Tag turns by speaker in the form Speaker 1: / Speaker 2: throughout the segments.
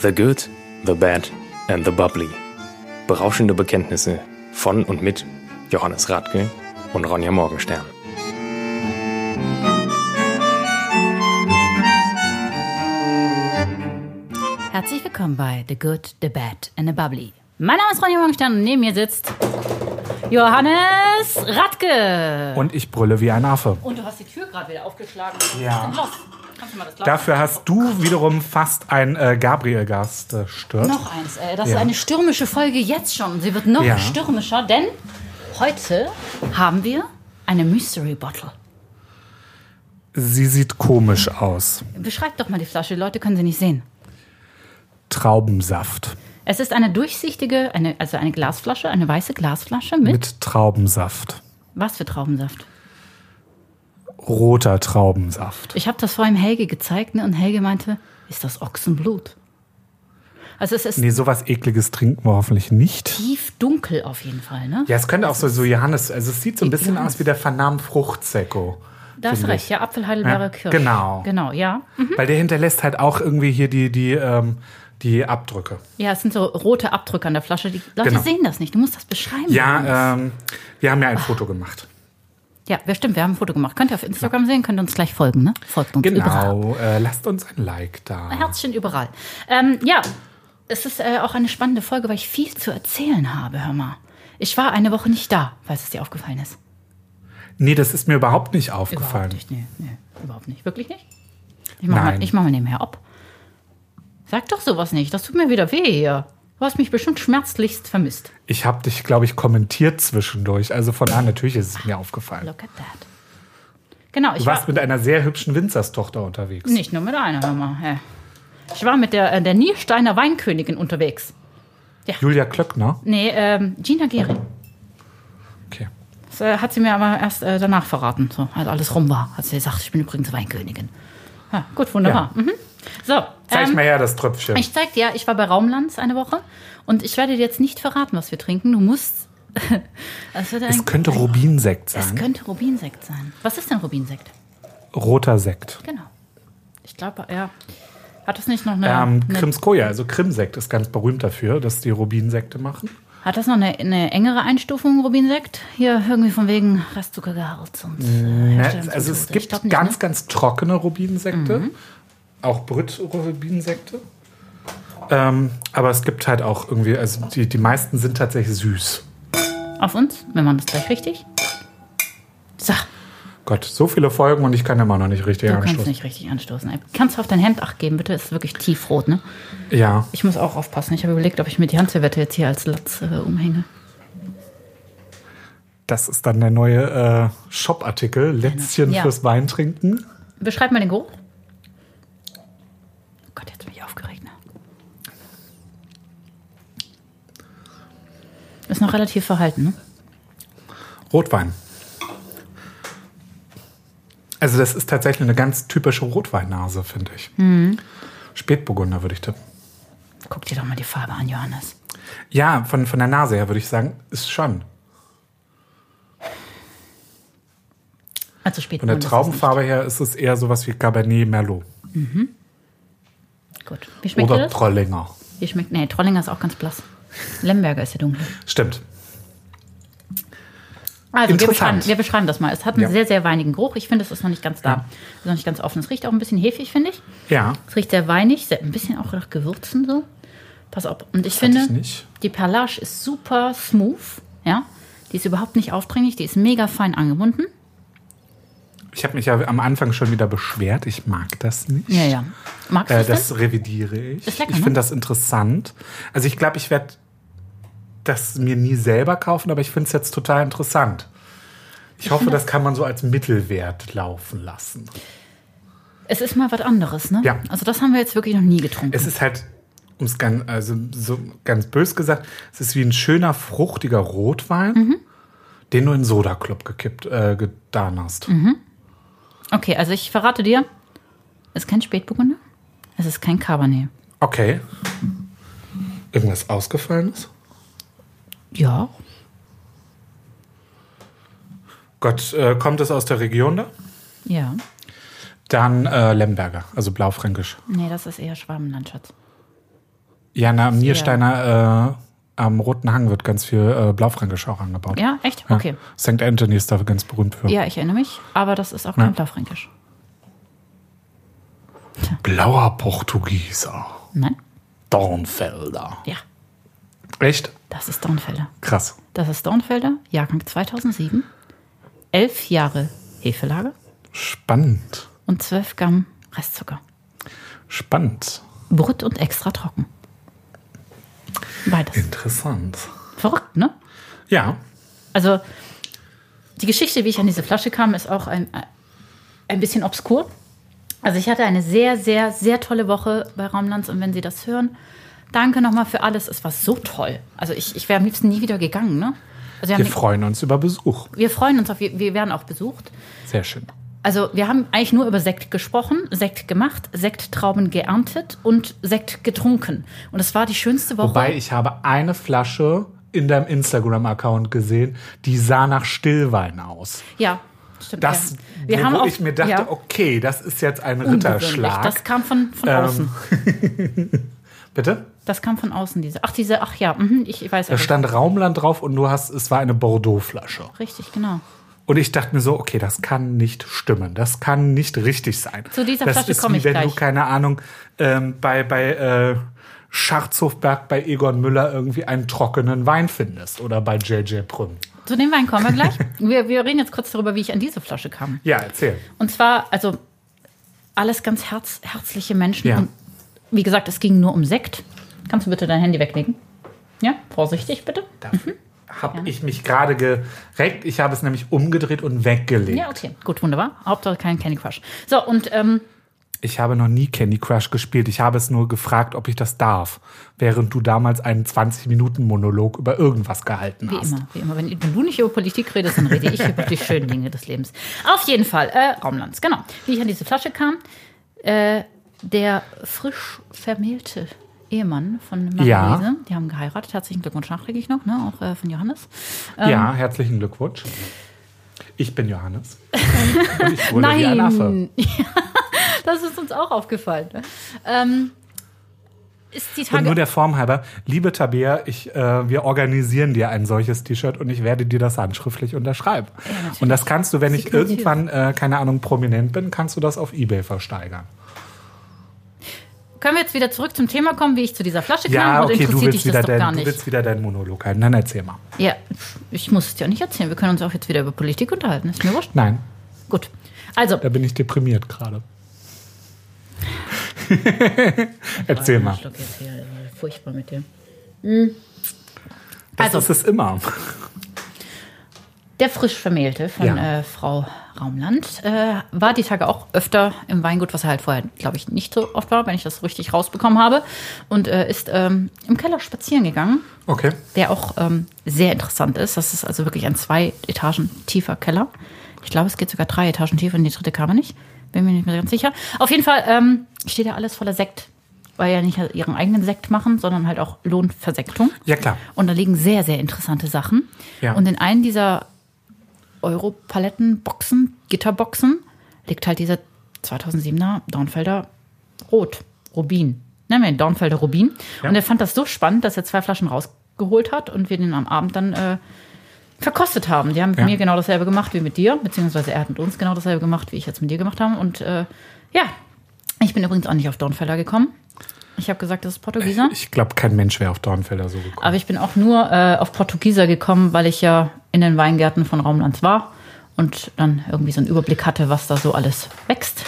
Speaker 1: The Good, The Bad and The Bubbly. Berauschende Bekenntnisse von und mit Johannes Radke und Ronja Morgenstern.
Speaker 2: Herzlich willkommen bei The Good, The Bad and The Bubbly. Mein Name ist Ronja Morgenstern und neben mir sitzt Johannes Radke.
Speaker 3: Und ich brülle wie ein Affe.
Speaker 2: Und du hast die Tür gerade wieder aufgeschlagen.
Speaker 3: Ja.
Speaker 2: Was ist denn los? Kannst du mal das Glas-
Speaker 3: Dafür hast du wiederum fast ein äh, Gabriel-Gast äh, stört.
Speaker 2: Noch eins, ey. Das ist
Speaker 3: Ja.
Speaker 2: eine stürmische Folge jetzt schon. Und Sie wird noch
Speaker 3: Ja.
Speaker 2: stürmischer, denn heute haben wir eine Mystery Bottle.
Speaker 3: Sie sieht komisch aus.
Speaker 2: Beschreib doch mal die Flasche, die Leute können sie nicht sehen.
Speaker 3: Traubensaft.
Speaker 2: Es ist eine durchsichtige, eine, also eine Glasflasche, eine weiße Glasflasche mit,
Speaker 3: Mit Traubensaft.
Speaker 2: was für Traubensaft?
Speaker 3: Roter Traubensaft.
Speaker 2: Ich habe das vorhin Helge gezeigt ne, und Helge meinte, ist das Ochsenblut? Also es ist
Speaker 3: Nee, sowas ekliges trinken wir hoffentlich nicht.
Speaker 2: tief dunkel auf jeden Fall, ne?
Speaker 3: Ja, es könnte auch so, so Johannes, also es sieht so ein bisschen aus wie der vernahm Fruchtsäcko.
Speaker 2: da hast du
Speaker 3: finde
Speaker 2: recht,
Speaker 3: ich.
Speaker 2: ja, Apfelheidelbeere
Speaker 3: Ja,
Speaker 2: Kirsch.
Speaker 3: genau.
Speaker 2: Genau, ja. Mhm.
Speaker 3: Weil der hinterlässt halt auch irgendwie hier die, die, ähm, die Abdrücke.
Speaker 2: Ja, es sind so rote Abdrücke an der Flasche. Die Leute
Speaker 3: Genau.
Speaker 2: sehen das nicht, du musst das beschreiben.
Speaker 3: Ja, ähm, wir haben ja
Speaker 2: Ah.
Speaker 3: ein Foto gemacht.
Speaker 2: Ja, wir stimmt, wir haben ein Foto gemacht. Könnt ihr auf Instagram sehen, könnt ihr uns gleich folgen, ne? Folgt uns überall.
Speaker 3: Genau, äh, lasst uns ein Like da.
Speaker 2: Herzchen überall. Ähm, ja, es ist äh, auch eine spannende Folge, weil ich viel zu erzählen habe, hör mal. Ich war eine Woche nicht da, falls es dir aufgefallen ist.
Speaker 3: Nee, das ist mir überhaupt nicht aufgefallen.
Speaker 2: Überhaupt nicht, nee, nee, überhaupt nicht. Wirklich nicht? Ich mach, mal,
Speaker 3: Nein.
Speaker 2: ich mach mal nebenher ab. Sag doch sowas nicht, das tut mir wieder weh hier. Du hast mich bestimmt schmerzlichst vermisst.
Speaker 3: Ich habe dich, glaube ich, kommentiert zwischendurch. Also von daher natürlich ist es mir aufgefallen.
Speaker 2: Look at that. Genau, ich
Speaker 3: Du warst
Speaker 2: war
Speaker 3: mit einer sehr hübschen Winzerstochter unterwegs.
Speaker 2: nicht nur mit einer, hör mal. hä. Ich war mit der, äh, der Niersteiner Weinkönigin unterwegs.
Speaker 3: Julia Klöckner.
Speaker 2: Nee, ähm, Gina Gehring.
Speaker 3: Okay.
Speaker 2: Das äh, hat sie mir aber erst äh, danach verraten, so, als alles rum war. Hat sie gesagt, ich bin übrigens Weinkönigin. Ja, gut, wunderbar. Mhm. So,
Speaker 3: Zeig
Speaker 2: ähm,
Speaker 3: mal her das Tröpfchen.
Speaker 2: ich zeig dir, ich war bei Raumlands eine Woche und ich werde dir jetzt nicht verraten, was wir trinken. Du musst. es, wird
Speaker 3: Es
Speaker 2: ein-
Speaker 3: könnte
Speaker 2: es
Speaker 3: Rubinsekt sein.
Speaker 2: könnte Rubinsekt sein. Was ist denn Rubinsekt?
Speaker 3: Roter Sekt.
Speaker 2: Genau. Ich glaube, ja. Hat das nicht noch eine.
Speaker 3: Ähm,
Speaker 2: eine
Speaker 3: Krimskoja, also Krimsekt ist ganz berühmt dafür, dass die Rubinsekte machen.
Speaker 2: hat das noch eine, eine engere Einstufung, Rubinsekt? Hier irgendwie von wegen Restzuckergehalt und. Äh,
Speaker 3: Ne,
Speaker 2: Herstellungsmethode.
Speaker 3: Also es
Speaker 2: Ich
Speaker 3: gibt
Speaker 2: glaub nicht,
Speaker 3: ganz,
Speaker 2: ne? Mhm.
Speaker 3: ganz trockene Rubinsekte. Auch Brüt-Rubinsekte. Ähm, aber es gibt halt auch irgendwie, also die, die meisten sind tatsächlich süß.
Speaker 2: ne? Auf uns, wenn man das gleich richtig. So,
Speaker 3: Gott, so viele Folgen und ich kann immer noch nicht richtig
Speaker 2: du kannst
Speaker 3: anstoßen.
Speaker 2: nicht richtig anstoßen. ey. Kannst du auf dein Hemd acht geben, bitte? Es Ist wirklich tiefrot, ne?
Speaker 3: Ja,
Speaker 2: Ich muss auch aufpassen. Ich habe überlegt, ob ich mir die Handserviette jetzt hier als Latz äh, umhänge.
Speaker 3: das ist dann der neue äh, Shop-Artikel. Lätzchen
Speaker 2: Ja.
Speaker 3: fürs Weintrinken.
Speaker 2: Beschreib mal den Geruch. Oh Gott, jetzt bin ich aufgeregt, ne? Ist noch relativ verhalten, ne?
Speaker 3: Rotwein. Also das ist tatsächlich eine ganz typische Rotweinnase, finde ich.
Speaker 2: Mhm.
Speaker 3: Spätburgunder würde ich tippen.
Speaker 2: Guck dir doch mal die Farbe an, Johannes.
Speaker 3: Ja, von, von der Nase her würde ich sagen, ist schon.
Speaker 2: Also spät.
Speaker 3: Von der Traubenfarbe her ist es eher sowas wie Cabernet Merlot
Speaker 2: Gut. Wie schmeckt dir
Speaker 3: oder
Speaker 2: das?
Speaker 3: Trollinger.
Speaker 2: Wie schmeckt? Nee, Trollinger ist auch ganz blass. Lemberger ist ja dunkel.
Speaker 3: Stimmt.
Speaker 2: Also wir
Speaker 3: Interessant.
Speaker 2: beschreiben, wir beschreiben das mal. Es hat einen
Speaker 3: Ja.
Speaker 2: sehr, sehr weinigen Geruch. Ich finde, es ist noch nicht ganz da. Es Ist noch nicht ganz offen. Es riecht auch ein bisschen hefig, finde ich.
Speaker 3: Ja,
Speaker 2: Es riecht sehr weinig, sehr, ein bisschen auch nach Gewürzen so. Pass auf. Und ich
Speaker 3: hatte
Speaker 2: finde,
Speaker 3: ich nicht.
Speaker 2: die Perlage ist super smooth. Ja, die ist überhaupt nicht aufdringlich. Die ist mega fein angebunden.
Speaker 3: ich habe mich ja am Anfang schon wieder beschwert, ich mag das nicht.
Speaker 2: Ja, ja. Magst du
Speaker 3: Äh,
Speaker 2: es denn?
Speaker 3: das revidiere ich.
Speaker 2: ne? Ist lecker,
Speaker 3: ich
Speaker 2: ne?
Speaker 3: finde das interessant. Also ich glaube, ich werde das mir nie selber kaufen, aber ich finde es jetzt total interessant. Ich, hoffe, das kann man so als Mittelwert laufen lassen.
Speaker 2: Es ist mal was anderes, ne?
Speaker 3: Ja.
Speaker 2: Also das haben wir jetzt wirklich noch nie getrunken.
Speaker 3: Es ist halt, um es ganz, also so ganz bös gesagt, es ist wie ein schöner, fruchtiger Rotwein,
Speaker 2: Mhm.
Speaker 3: den du in Soda Club gekippt, äh, getan hast.
Speaker 2: Mhm. okay, also ich verrate dir, es ist kein Spätburgunder. Es ist kein Cabernet.
Speaker 3: Okay. Irgendwas ausgefallenes?
Speaker 2: Ja.
Speaker 3: Gott, äh, kommt es aus der Region da?
Speaker 2: Ja.
Speaker 3: Dann äh, Lemberger, also Blaufränkisch.
Speaker 2: Nee, das ist eher Schwabenland, Schatz.
Speaker 3: Ja, na, am Niersteiner, äh, am Roten Hang wird ganz viel äh, Blaufränkisch auch angebaut.
Speaker 2: Ja, echt?
Speaker 3: Ja.
Speaker 2: Okay.
Speaker 3: St. Anthony ist da ganz berühmt für.
Speaker 2: Ja, ich erinnere mich, aber das ist auch kein
Speaker 3: Ja.
Speaker 2: Blaufränkisch.
Speaker 3: Blauer Portugieser.
Speaker 2: Nein?
Speaker 3: Dornfelder.
Speaker 2: Ja,
Speaker 3: Echt?
Speaker 2: das ist Dornfelder.
Speaker 3: Krass.
Speaker 2: Das ist Dornfelder, Jahrgang 2007. Elf Jahre Hefelager
Speaker 3: Spannend.
Speaker 2: und 12 Gramm Restzucker.
Speaker 3: Spannend.
Speaker 2: Brut und extra trocken. Beides.
Speaker 3: Interessant.
Speaker 2: Verrückt, ne?
Speaker 3: Ja.
Speaker 2: Also die Geschichte, wie ich an diese Flasche kam, ist auch ein, ein bisschen obskur. Also ich hatte eine sehr, sehr, sehr tolle Woche bei Raumlands und wenn Sie das hören, danke nochmal für alles. Es war so toll. Also ich, ich wäre am liebsten nie wieder gegangen, ne? Also wir, haben
Speaker 3: Wir
Speaker 2: den-
Speaker 3: freuen uns über Besuch.
Speaker 2: wir freuen uns auf, wir, wir werden auch besucht.
Speaker 3: Sehr schön.
Speaker 2: Also wir haben eigentlich nur über Sekt gesprochen, Sekt gemacht, Sekttrauben geerntet und Sekt getrunken. Und es war die schönste Woche.
Speaker 3: Wobei ich habe eine Flasche in deinem Instagram-Account gesehen, die sah nach Stillwein aus.
Speaker 2: ja, stimmt.
Speaker 3: Das,
Speaker 2: ja. wir
Speaker 3: wo
Speaker 2: haben auch,
Speaker 3: ich mir dachte,
Speaker 2: ja,
Speaker 3: oh, okay, das ist jetzt ein
Speaker 2: ungewöhnlich.
Speaker 3: Ritterschlag.
Speaker 2: Das kam von, von
Speaker 3: Ähm,
Speaker 2: außen.
Speaker 3: Bitte?
Speaker 2: Das kam von außen, diese. Ach, diese, ach ja, mhm, ich weiß
Speaker 3: Da
Speaker 2: ja.
Speaker 3: stand Raumland drauf und du hast, es war eine Bordeaux-Flasche.
Speaker 2: Richtig, genau.
Speaker 3: Und ich dachte mir so, okay, das kann nicht stimmen. Das kann nicht richtig sein.
Speaker 2: Zu dieser
Speaker 3: das
Speaker 2: Flasche
Speaker 3: ist
Speaker 2: komme
Speaker 3: wie
Speaker 2: ich
Speaker 3: wenn
Speaker 2: gleich.
Speaker 3: du, keine Ahnung, ähm, bei, bei äh, Scharzhofberg bei Egon Müller irgendwie einen trockenen Wein findest oder bei JJ Prüm.
Speaker 2: Zu dem Wein kommen wir gleich. Wir, wir reden jetzt kurz darüber, wie ich an diese Flasche kam.
Speaker 3: Ja, erzähl.
Speaker 2: Und zwar, also alles ganz herz, herzliche Menschen.
Speaker 3: Ja.
Speaker 2: Und wie gesagt, es ging nur um Sekt. Kannst du bitte dein Handy weglegen? Ja, vorsichtig bitte.
Speaker 3: Dafür habe ich mich gerade gereckt. Ich habe es nämlich umgedreht und weggelegt.
Speaker 2: Ja, okay. Gut, wunderbar. Hauptsache kein Candy Crush. So, und ähm,
Speaker 3: Ich habe noch nie Candy Crush gespielt. Ich habe es nur gefragt, ob ich das darf, während du damals einen 20-Minuten-Monolog über irgendwas gehalten
Speaker 2: wie
Speaker 3: hast.
Speaker 2: immer, wie immer, wenn, wenn du nicht über Politik redest, dann rede ich über die schönen Dinge des Lebens. Auf jeden Fall, äh, Raumlands, genau. Wie ich an diese Flasche kam, äh, der frisch vermählte Ehemann von Marie
Speaker 3: Ja.
Speaker 2: Luise, die haben geheiratet, herzlichen Glückwunsch nachträglich noch, ne? auch äh, von Johannes.
Speaker 3: Ja,
Speaker 2: Ähm,
Speaker 3: herzlichen Glückwunsch. Ich bin Johannes. Und ich wurde wie ein Affe.
Speaker 2: Nein! das ist uns auch aufgefallen. Ähm, ist die
Speaker 3: Und
Speaker 2: Tage
Speaker 3: nur der Form halber, liebe Tabea, ich, äh, wir organisieren dir ein solches T-Shirt und ich werde dir das handschriftlich unterschreiben. und das kannst du, wenn ich
Speaker 2: Signatur.
Speaker 3: irgendwann, äh, keine Ahnung, prominent bin, kannst du das auf Ebay versteigern.
Speaker 2: Können wir jetzt wieder zurück zum Thema kommen, wie ich zu dieser Flasche kam?
Speaker 3: Ja,
Speaker 2: oder
Speaker 3: okay,
Speaker 2: interessiert
Speaker 3: du
Speaker 2: dich
Speaker 3: willst,
Speaker 2: das
Speaker 3: wieder
Speaker 2: doch gar
Speaker 3: dein, du
Speaker 2: nicht?
Speaker 3: willst wieder deinen Monolog halten. Dann erzähl mal.
Speaker 2: Ja, ich muss es dir auch nicht erzählen. Wir können uns auch jetzt wieder über Politik unterhalten. Ist mir wurscht.
Speaker 3: Nein,
Speaker 2: Gut. Also,
Speaker 3: da bin ich deprimiert gerade. erzähl mal.
Speaker 2: Schluck jetzt hier. äh, Furchtbar mit dem.
Speaker 3: Das
Speaker 2: Also-
Speaker 3: ist es immer.
Speaker 2: Der frisch Vermählte von
Speaker 3: Ja.
Speaker 2: äh, Frau Raumland äh, war die Tage auch öfter im Weingut, was er halt vorher, glaube ich, nicht so oft war, wenn ich das richtig rausbekommen habe. Und äh, ist ähm, im Keller spazieren gegangen,
Speaker 3: Okay.
Speaker 2: der auch ähm, sehr interessant ist. Das ist also wirklich ein zwei Etagen tiefer Keller. Ich glaube, es geht sogar drei Etagen tiefer in die dritte Kammer nicht. Bin mir nicht mehr ganz sicher. Auf jeden Fall ähm, steht ja alles voller Sekt, weil ja nicht ihren eigenen Sekt machen, sondern halt auch Lohnversektung.
Speaker 3: Ja, klar.
Speaker 2: Und da liegen sehr, sehr interessante Sachen.
Speaker 3: Ja.
Speaker 2: Und in einen dieser Europaletten-Boxen, Gitterboxen, liegt halt dieser 2007er Dornfelder Rot, Rubin. Nennen wir ihn Dornfelder Rubin.
Speaker 3: Ja.
Speaker 2: Und er fand das so spannend, dass er zwei Flaschen rausgeholt hat und wir den am Abend dann äh, verkostet haben. Die haben mit
Speaker 3: Ja.
Speaker 2: mir genau dasselbe gemacht wie mit dir, beziehungsweise er hat mit uns genau dasselbe gemacht, wie ich jetzt mit dir gemacht habe. Und äh, ja, ich bin übrigens auch nicht auf Dornfelder gekommen. Ich habe gesagt, das ist Portugieser.
Speaker 3: Ich glaube, kein Mensch wäre auf Dornfelder so gekommen.
Speaker 2: Aber ich bin auch nur äh, auf Portugieser gekommen, weil ich ja in den Weingärten von Raumland war und dann irgendwie so einen Überblick hatte, was da so alles wächst.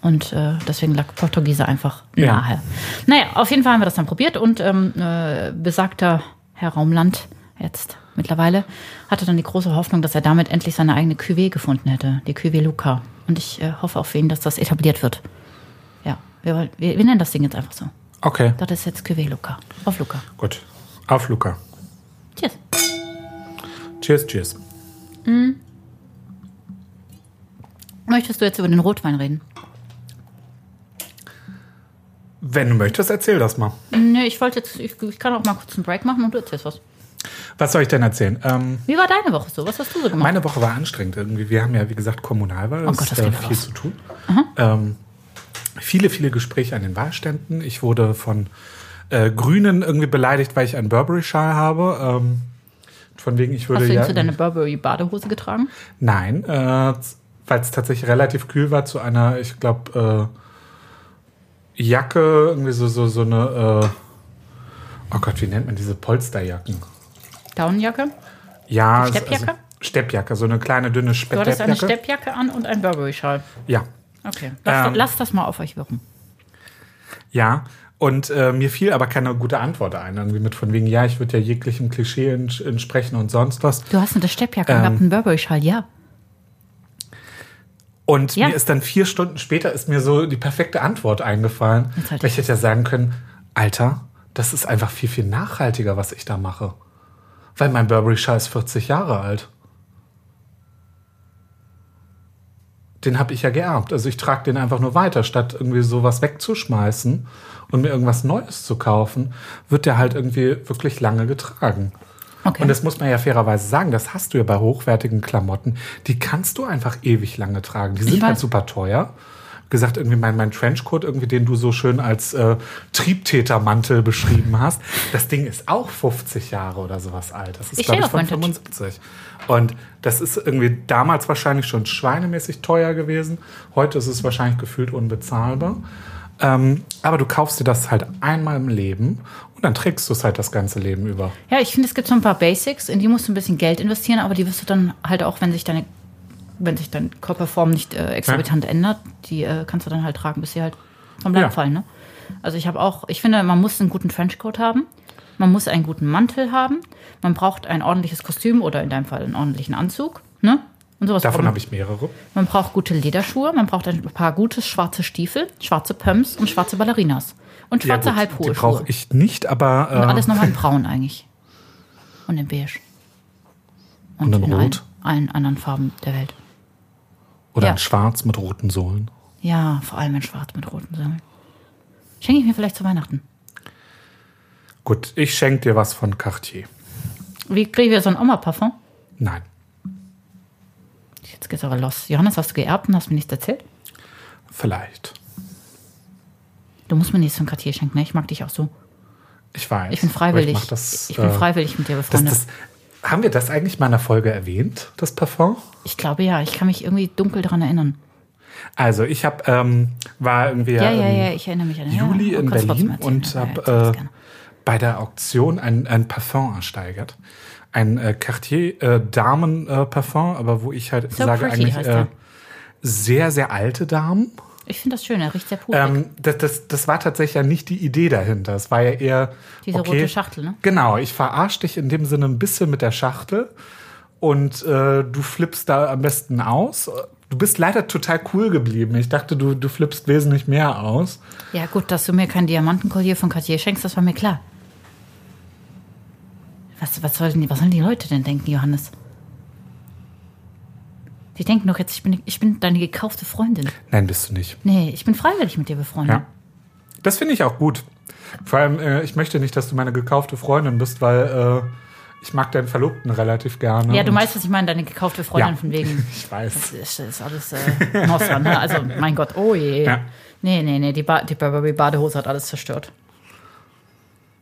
Speaker 2: Und äh, deswegen lag Portugieser einfach
Speaker 3: Ja.
Speaker 2: nahe. Naja, auf jeden Fall haben wir das dann probiert und ähm, äh, besagter Herr Raumland jetzt mittlerweile hatte dann die große Hoffnung, dass er damit endlich seine eigene Cuvée gefunden hätte, die Cuvée Luca. Und ich äh, hoffe auf ihn, dass das etabliert wird. Ja, wir, wollen- wir, wir nennen das Ding jetzt einfach so.
Speaker 3: Okay,
Speaker 2: Das ist jetzt Cuvée Luca. Auf Luca.
Speaker 3: gut. Auf Luca.
Speaker 2: Cheers.
Speaker 3: Cheers, cheers.
Speaker 2: Möchtest du jetzt über den Rotwein reden?
Speaker 3: Wenn du möchtest, erzähl das mal.
Speaker 2: Nee, ich wollte jetzt, ich, ich kann auch mal kurz einen Break machen und du erzählst was.
Speaker 3: Was soll ich denn erzählen? Ähm,
Speaker 2: Wie war deine Woche so? Was hast du so gemacht?
Speaker 3: meine Woche war anstrengend irgendwie. Wir haben ja, wie gesagt, Kommunalwahl.
Speaker 2: Oh
Speaker 3: Es
Speaker 2: Gott,
Speaker 3: ist äh,
Speaker 2: das geht Mhm. mir
Speaker 3: viel
Speaker 2: raus.
Speaker 3: zu tun. Ähm, viele, viele Gespräche an den Wahlständen. Ich wurde von äh, Grünen irgendwie beleidigt, weil ich einen Burberry-Schal habe. Ähm, von wegen, ich würde
Speaker 2: hast du ihn
Speaker 3: ja.
Speaker 2: zu deiner Burberry-Badehose getragen?
Speaker 3: Nein, äh, weil es tatsächlich relativ kühl war zu einer, ich glaube, äh, Jacke, irgendwie so, so, so eine, äh, oh Gott, wie nennt man diese Polsterjacken?
Speaker 2: Daunenjacke?
Speaker 3: Ja,
Speaker 2: Die
Speaker 3: es-
Speaker 2: Steppjacke?
Speaker 3: Also, Steppjacke, so eine kleine, dünne
Speaker 2: Du
Speaker 3: Spe-
Speaker 2: hattest eine
Speaker 3: Steppjacke.
Speaker 2: Steppjacke an und einen Burberry-Schal.
Speaker 3: ja,
Speaker 2: Okay. Lasst,
Speaker 3: Ähm.
Speaker 2: lasst das mal auf euch wirken.
Speaker 3: ja. Und äh, mir fiel aber keine gute Antwort ein, irgendwie mit von wegen, ja, ich würde ja jeglichem Klischee ents entsprechen und sonst was.
Speaker 2: Du hast eine Steppjacke und
Speaker 3: Ähm.
Speaker 2: gehabt einen Burberry-Schal, ja.
Speaker 3: Und
Speaker 2: Ja.
Speaker 3: mir ist dann vier Stunden später ist mir so die perfekte Antwort eingefallen.
Speaker 2: Jetzt halt
Speaker 3: weil ich hätte ja sagen können, Alter, das ist einfach viel, viel nachhaltiger, was ich da mache. Weil mein Burberry-Schal ist 40 Jahre alt. Den habe ich ja geerbt. Also ich trage den einfach nur weiter, statt irgendwie sowas wegzuschmeißen und mir irgendwas Neues zu kaufen, wird der halt irgendwie wirklich lange getragen.
Speaker 2: Okay.
Speaker 3: Und das muss man ja fairerweise sagen, das hast du ja bei hochwertigen Klamotten. Die kannst du einfach ewig lange tragen. Die sind halt
Speaker 2: weiß.
Speaker 3: super teuer. Gesagt, irgendwie mein, mein Trenchcoat, irgendwie, den du so schön als äh, Triebtätermantel beschrieben hast. Das Ding ist auch 50 Jahre oder sowas alt. Das ist,
Speaker 2: Ich
Speaker 3: glaube
Speaker 2: stehe auf
Speaker 3: ich, von
Speaker 2: Vintage.
Speaker 3: 75. Und das ist irgendwie damals wahrscheinlich schon schweinemäßig teuer gewesen. Heute ist es wahrscheinlich gefühlt unbezahlbar. Ähm, aber du kaufst dir das halt einmal im Leben und dann trägst du es halt das ganze Leben über.
Speaker 2: Ja, ich finde, es gibt so ein paar Basics, in die musst du ein bisschen Geld investieren, aber die wirst du dann halt auch, wenn sich deine, wenn sich deine Körperform nicht äh, exorbitant ändert, die äh, kannst du dann halt tragen, bis sie halt vom Leib
Speaker 3: Ja.
Speaker 2: fallen. Ne? Also ich habe auch, ich finde, man muss einen guten Trenchcoat haben, man muss einen guten Mantel haben, man braucht ein ordentliches Kostüm oder in deinem Fall einen ordentlichen Anzug, ne? Und sowas braucht
Speaker 3: Davon
Speaker 2: man.
Speaker 3: habe ich mehrere.
Speaker 2: Man braucht gute Lederschuhe, man braucht ein paar gute schwarze Stiefel, schwarze Pumps und schwarze Ballerinas. Und
Speaker 3: Ja,
Speaker 2: schwarze
Speaker 3: gut,
Speaker 2: halbhohe
Speaker 3: Die brauche
Speaker 2: Schuhe.
Speaker 3: ich nicht, aber. Äh,
Speaker 2: Und alles nochmal in braun eigentlich. Und in beige.
Speaker 3: Und in
Speaker 2: allen,
Speaker 3: rot.
Speaker 2: allen anderen Farben der Welt.
Speaker 3: Oder
Speaker 2: Ja.
Speaker 3: in schwarz mit roten Sohlen.
Speaker 2: Ja, vor allem in schwarz mit roten Semmeln. Schenke ich mir vielleicht zu Weihnachten.
Speaker 3: Gut, ich schenke dir was von Cartier.
Speaker 2: Wie kriegen wir so ein Oma-Parfum?
Speaker 3: Nein.
Speaker 2: Jetzt geht's aber los. Johannes, hast du geerbt und hast mir nichts erzählt?
Speaker 3: Vielleicht.
Speaker 2: Du musst mir nichts von Cartier schenken, ne? Ich mag dich auch so.
Speaker 3: Ich weiß.
Speaker 2: Ich bin
Speaker 3: aber
Speaker 2: freiwillig.
Speaker 3: Ich, mach das,
Speaker 2: ich bin
Speaker 3: äh,
Speaker 2: freiwillig mit dir
Speaker 3: Das,
Speaker 2: befreundet.
Speaker 3: das, haben wir das eigentlich mal in einer Folge erwähnt, das Parfum?
Speaker 2: ich glaube ja, ich kann mich irgendwie dunkel daran erinnern.
Speaker 3: Also, ich habe, ähm, war irgendwie
Speaker 2: Ja, ja,
Speaker 3: ähm,
Speaker 2: ja, oh ich erinnere mich an den
Speaker 3: Juli
Speaker 2: ja,
Speaker 3: in
Speaker 2: kannst du trotzdem
Speaker 3: Berlin
Speaker 2: erzählen,
Speaker 3: und
Speaker 2: ja, ja,
Speaker 3: habe
Speaker 2: erzähl das
Speaker 3: äh,
Speaker 2: gerne.
Speaker 3: bei der Auktion ein, ein Parfum ersteigert. Ein äh, Cartier äh, Damen äh, Parfum, aber wo ich halt
Speaker 2: So
Speaker 3: sage
Speaker 2: pretty
Speaker 3: eigentlich
Speaker 2: heißt
Speaker 3: äh,
Speaker 2: der.
Speaker 3: sehr, sehr alte Damen.
Speaker 2: Ich finde das schön, er riecht sehr pudrig.
Speaker 3: Ähm, das, das, das war tatsächlich ja nicht die Idee dahinter. Es war ja eher.
Speaker 2: Diese
Speaker 3: okay,
Speaker 2: rote Schachtel, ne?
Speaker 3: Genau, ich verarsch dich in dem Sinne ein bisschen mit der Schachtel und äh, du flippst da am besten aus. Du bist leider total cool geblieben. Ich dachte, du, du flippst wesentlich mehr aus.
Speaker 2: Ja, gut, dass du mir kein Diamantenkollier von Cartier schenkst, das war mir klar. Was, was, sollen, die, was sollen die Leute denn denken, Johannes? Die denken doch jetzt, ich bin, ich bin deine gekaufte Freundin.
Speaker 3: Nein, bist du nicht.
Speaker 2: Nee, ich bin freiwillig mit dir befreundet.
Speaker 3: Ja. Das finde ich auch gut. Vor allem, äh, ich möchte nicht, dass du meine gekaufte Freundin bist, weil äh, ich mag deinen Verlobten relativ gerne.
Speaker 2: Ja, du
Speaker 3: Und-
Speaker 2: meinst, was ich meine, deine gekaufte Freundin
Speaker 3: Ja.
Speaker 2: von wegen.
Speaker 3: Ich weiß.
Speaker 2: Das ist, ist alles äh, Nostra, ne? Also, mein Gott, oh je.
Speaker 3: Ja.
Speaker 2: Nee, nee, nee, die, ba die Burberry-Badehose hat alles zerstört.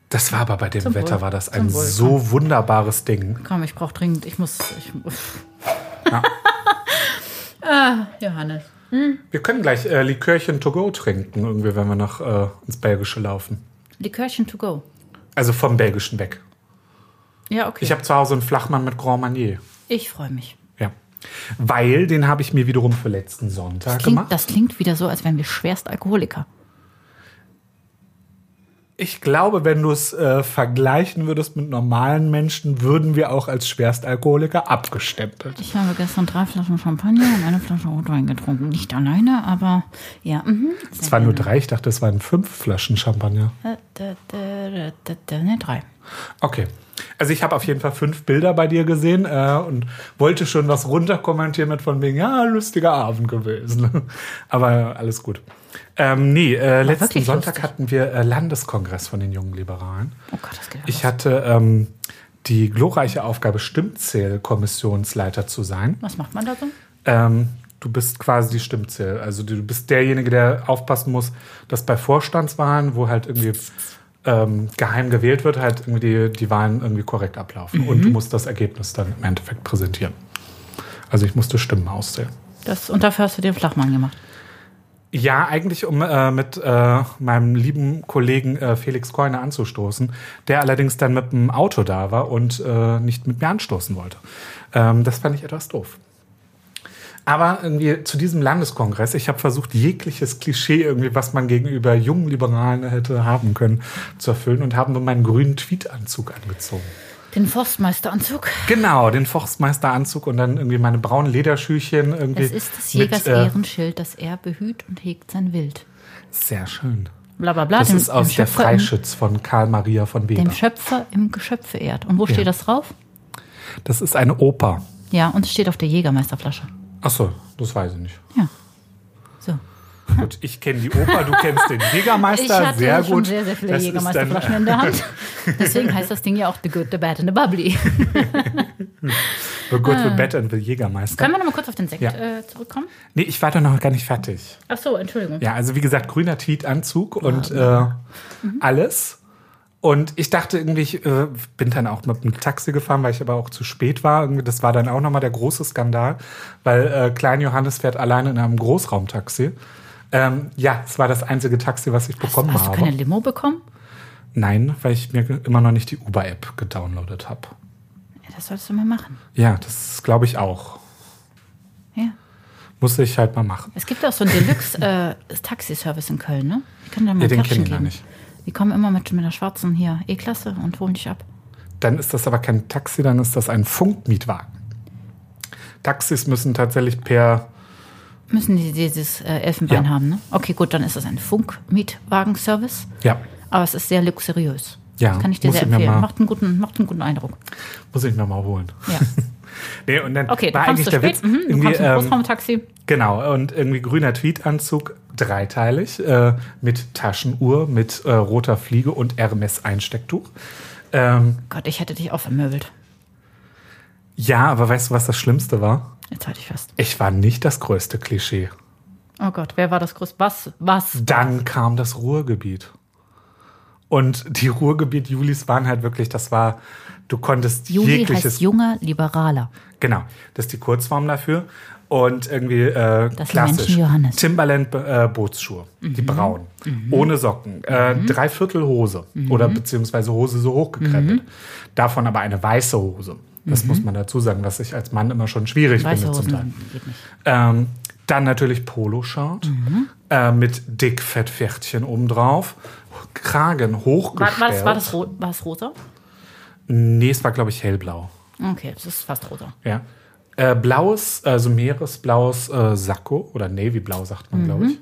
Speaker 3: Das war aber bei dem
Speaker 2: Zum Wohl.
Speaker 3: Wetter, war das ein
Speaker 2: Zum Wohl.
Speaker 3: so wunderbares Ding.
Speaker 2: Komm, ich brauche dringend, ich muss. Ich, ah, Johannes.
Speaker 3: Wir können gleich äh, Likörchen to go trinken, irgendwie, wenn wir nach äh, ins Belgische laufen.
Speaker 2: Likörchen to go.
Speaker 3: Also vom Belgischen weg.
Speaker 2: Ja, okay.
Speaker 3: Ich habe zu Hause einen Flachmann mit Grand Marnier.
Speaker 2: Ich freue mich.
Speaker 3: Ja. Weil den habe ich mir wiederum für letzten Sonntag
Speaker 2: Klingt,
Speaker 3: gemacht.
Speaker 2: das klingt wieder so, als wären wir schwerst Alkoholiker.
Speaker 3: Ich glaube, wenn du es äh, vergleichen würdest mit normalen Menschen, würden wir auch als Schwerstalkoholiker abgestempelt.
Speaker 2: Ich habe gestern drei Flaschen Champagner und eine Flasche Rotwein getrunken. Nicht alleine, aber ja. Mhm.
Speaker 3: Es waren nur drei, ich dachte, es waren fünf Flaschen Champagner.
Speaker 2: Da, Äh, da, da, da, da, Ne, drei.
Speaker 3: Okay. Also ich habe auf jeden Fall fünf Bilder bei dir gesehen äh, und wollte schon was runterkommentieren mit von wegen, ja, lustiger Abend gewesen. Aber alles gut. Ähm, nee, äh, letzten
Speaker 2: wirklich
Speaker 3: Sonntag
Speaker 2: lustig.
Speaker 3: hatten wir äh, Landeskongress von den jungen Liberalen.
Speaker 2: Oh Gott, das geht ja
Speaker 3: Ich
Speaker 2: los.
Speaker 3: hatte ähm, die glorreiche Aufgabe, Stimmzählkommissionsleiter zu sein.
Speaker 2: Was macht man da so?
Speaker 3: Ähm, du bist quasi die Stimmzähl. Also du bist derjenige, der aufpassen muss, dass bei Vorstandswahlen, wo halt irgendwie ähm, geheim gewählt wird, halt irgendwie die, die Wahlen irgendwie korrekt ablaufen. Und du musst das Ergebnis dann im Endeffekt präsentieren. Also ich musste Stimmen auszählen.
Speaker 2: Das, und dafür hast du den Flachmann gemacht.
Speaker 3: Ja, eigentlich um äh, mit äh, meinem lieben Kollegen äh, Felix Keune anzustoßen, der allerdings dann mit dem Auto da war und äh, nicht mit mir anstoßen wollte. Ähm, das fand ich etwas doof. Aber irgendwie zu diesem Landeskongress, ich habe versucht, jegliches Klischee irgendwie, was man gegenüber jungen Liberalen hätte haben können, zu erfüllen und haben mir meinen grünen Tweetanzug angezogen.
Speaker 2: Den Forstmeisteranzug.
Speaker 3: Genau, den Forstmeisteranzug und dann irgendwie meine braunen Lederschüchen irgendwie.
Speaker 2: Es ist des
Speaker 3: mit,
Speaker 2: Jägers
Speaker 3: äh,
Speaker 2: Ehrenschild, das er behüt und hegt sein Wild.
Speaker 3: Sehr schön.
Speaker 2: Bla bla bla.
Speaker 3: Das ist aus der
Speaker 2: Ah, Schöpfer
Speaker 3: Freischütz von Karl Maria von
Speaker 2: Im,
Speaker 3: Weber.
Speaker 2: dem Schöpfer im Geschöpfe ehrt. Und wo steht das drauf?
Speaker 3: Das ist eine Oper.
Speaker 2: Ja, und es steht auf der Jägermeisterflasche.
Speaker 3: Achso, das weiß ich nicht.
Speaker 2: Ja. So.
Speaker 3: Gut, ich kenne die Oper, du kennst den
Speaker 2: Ich
Speaker 3: Jägermeister,
Speaker 2: hatte
Speaker 3: sehr
Speaker 2: schon
Speaker 3: gut.
Speaker 2: sehr, sehr viele
Speaker 3: Das ist
Speaker 2: Jägermeisterflaschen in der Hand. Deswegen heißt das Ding ja auch The Good, The Bad and The Bubbly.
Speaker 3: dann The Good, The Bad and The Jägermeister.
Speaker 2: Ah. Können wir nochmal kurz auf den Sekt
Speaker 3: Ja.
Speaker 2: äh, zurückkommen?
Speaker 3: Nee, ich war doch noch gar nicht fertig.
Speaker 2: Ach so, Entschuldigung.
Speaker 3: Ja, also wie gesagt, grüner Tweet-Anzug
Speaker 2: Ah,
Speaker 3: und äh,
Speaker 2: Mhm.
Speaker 3: alles. Und ich dachte irgendwie, ich äh, bin dann auch mit dem Taxi gefahren, weil ich aber auch zu spät war. Irgendwie, Das war dann auch nochmal der große Skandal, weil äh, Klein Johannes fährt alleine in einem Großraumtaxi. Ähm, ja, es war das einzige Taxi, was ich bekommen
Speaker 2: Hast du
Speaker 3: habe.
Speaker 2: keine Limo bekommen?
Speaker 3: Nein, weil ich mir immer noch nicht die Uber-App gedownloadet habe.
Speaker 2: Ja, das solltest du mal machen.
Speaker 3: Ja, das glaube ich auch.
Speaker 2: Ja.
Speaker 3: Muss ich halt mal machen.
Speaker 2: Es gibt auch so einen Deluxe-Taxi-Service in Köln, ne? Ich kann dir mal
Speaker 3: Ja,
Speaker 2: ein
Speaker 3: den
Speaker 2: Kärtchen
Speaker 3: kenn ich gar
Speaker 2: geben.
Speaker 3: nicht.
Speaker 2: Die kommen immer mit, mit der schwarzen hier E-Klasse und holen dich ab.
Speaker 3: Dann ist das aber kein Taxi, dann ist das ein Funkmietwagen. Taxis müssen tatsächlich per.
Speaker 2: Müssen die dieses äh, Elfenbein
Speaker 3: Ja.
Speaker 2: haben, ne? Okay, gut, dann ist das ein Funk-Mietwagen-Service.
Speaker 3: Ja,
Speaker 2: Aber es ist sehr luxuriös.
Speaker 3: Ja,
Speaker 2: das kann ich dir
Speaker 3: muss
Speaker 2: sehr
Speaker 3: ich mir
Speaker 2: empfehlen.
Speaker 3: mal-
Speaker 2: Macht einen, guten, macht einen guten Eindruck.
Speaker 3: muss ich mir mal holen.
Speaker 2: Ja.
Speaker 3: Nee, und dann
Speaker 2: Okay, du
Speaker 3: war
Speaker 2: kommst
Speaker 3: eigentlich
Speaker 2: zu
Speaker 3: der
Speaker 2: spät.
Speaker 3: Witz.
Speaker 2: Mhm, du
Speaker 3: irgendwie,
Speaker 2: kommst im
Speaker 3: ähm,
Speaker 2: Großraumtaxi.
Speaker 3: genau, und irgendwie grüner Tweetanzug, dreiteilig, äh, mit Taschenuhr, mit äh, roter Fliege und Hermes-Einstecktuch. Ähm,
Speaker 2: Gott, ich hätte dich auch vermöbelt.
Speaker 3: ja, aber weißt du, was das Schlimmste war?
Speaker 2: Jetzt halte ich fest.
Speaker 3: Ich war nicht das größte Klischee.
Speaker 2: Oh Gott, wer war das groß? Was? Was?
Speaker 3: Dann kam das Ruhrgebiet. Und die Ruhrgebiet-Julis waren halt wirklich, das war, du konntest
Speaker 2: Juli heißt
Speaker 3: jegliches.
Speaker 2: junger Liberaler.
Speaker 3: genau, das ist die Kurzform dafür. Und irgendwie äh,
Speaker 2: Das
Speaker 3: klassisch.
Speaker 2: Menschen Johannes. Mhm.
Speaker 3: Timberland äh, Bootsschuhe, die braunen, ohne Socken, äh, Dreiviertel Hose
Speaker 2: Mhm.
Speaker 3: oder beziehungsweise Hose so hochgekrempelt. Davon aber eine weiße Hose. Das muss man dazu sagen, was ich als Mann immer schon schwierig
Speaker 2: Mhm. Weiße
Speaker 3: finde zum Teil.
Speaker 2: Hosen geht nicht.
Speaker 3: Ähm, dann natürlich Poloshirt
Speaker 2: Mhm.
Speaker 3: äh, mit Dickfettpferdchen obendrauf. Kragen
Speaker 2: War,
Speaker 3: hochgestellt.
Speaker 2: war, das, war, das, ro- war es rosa?
Speaker 3: Nee, es war, glaube ich, hellblau.
Speaker 2: Okay, das ist fast rosa.
Speaker 3: Ja. Äh, blaues, also meeresblaues äh, Sakko oder Navyblau sagt man, glaube ich.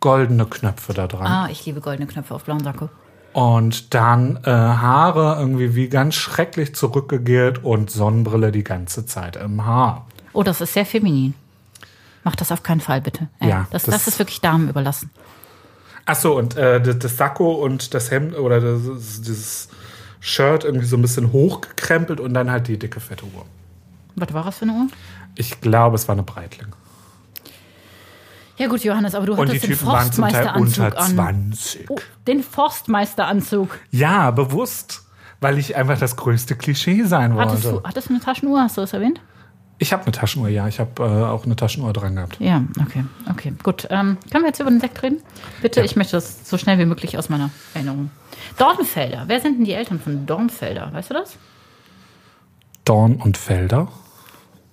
Speaker 3: Goldene Knöpfe da dran.
Speaker 2: Mhm. Ah, ich liebe goldene Knöpfe auf blauen Sakko.
Speaker 3: Und dann äh, Haare irgendwie wie ganz schrecklich zurückgegelt und Sonnenbrille die ganze Zeit im Haar.
Speaker 2: Oh, das ist sehr feminin. Mach das auf keinen Fall, bitte. Äh,
Speaker 3: Ja,
Speaker 2: das, das,
Speaker 3: das-
Speaker 2: ist wirklich Damen überlassen.
Speaker 3: Ach so, und äh, das, das Sakko und das Hemd oder das, dieses Shirt irgendwie so ein bisschen hochgekrempelt und dann halt die dicke, fette Uhr.
Speaker 2: Was war das für eine Uhr?
Speaker 3: Ich glaube, es war eine Breitling.
Speaker 2: Ja gut, Johannes, aber du
Speaker 3: Und die
Speaker 2: hattest den
Speaker 3: Typen waren zum Teil
Speaker 2: Forstmeisteranzug
Speaker 3: unter
Speaker 2: an.
Speaker 3: 20.
Speaker 2: Oh, den Forstmeisteranzug.
Speaker 3: Ja, bewusst, weil ich einfach das größte Klischee sein
Speaker 2: Hattest
Speaker 3: wollte.
Speaker 2: du, hattest du eine Taschenuhr, hast du das erwähnt?
Speaker 3: Ich habe eine Taschenuhr, ja. Ich habe äh, auch eine Taschenuhr dran gehabt.
Speaker 2: Ja, okay, okay, gut. Ähm, können wir jetzt über den Sekt reden? Bitte, ich möchte das so schnell wie möglich aus meiner Erinnerung. Dornfelder, wer sind denn die Eltern von Dornfelder? Weißt du das?
Speaker 3: Dorn und Felder.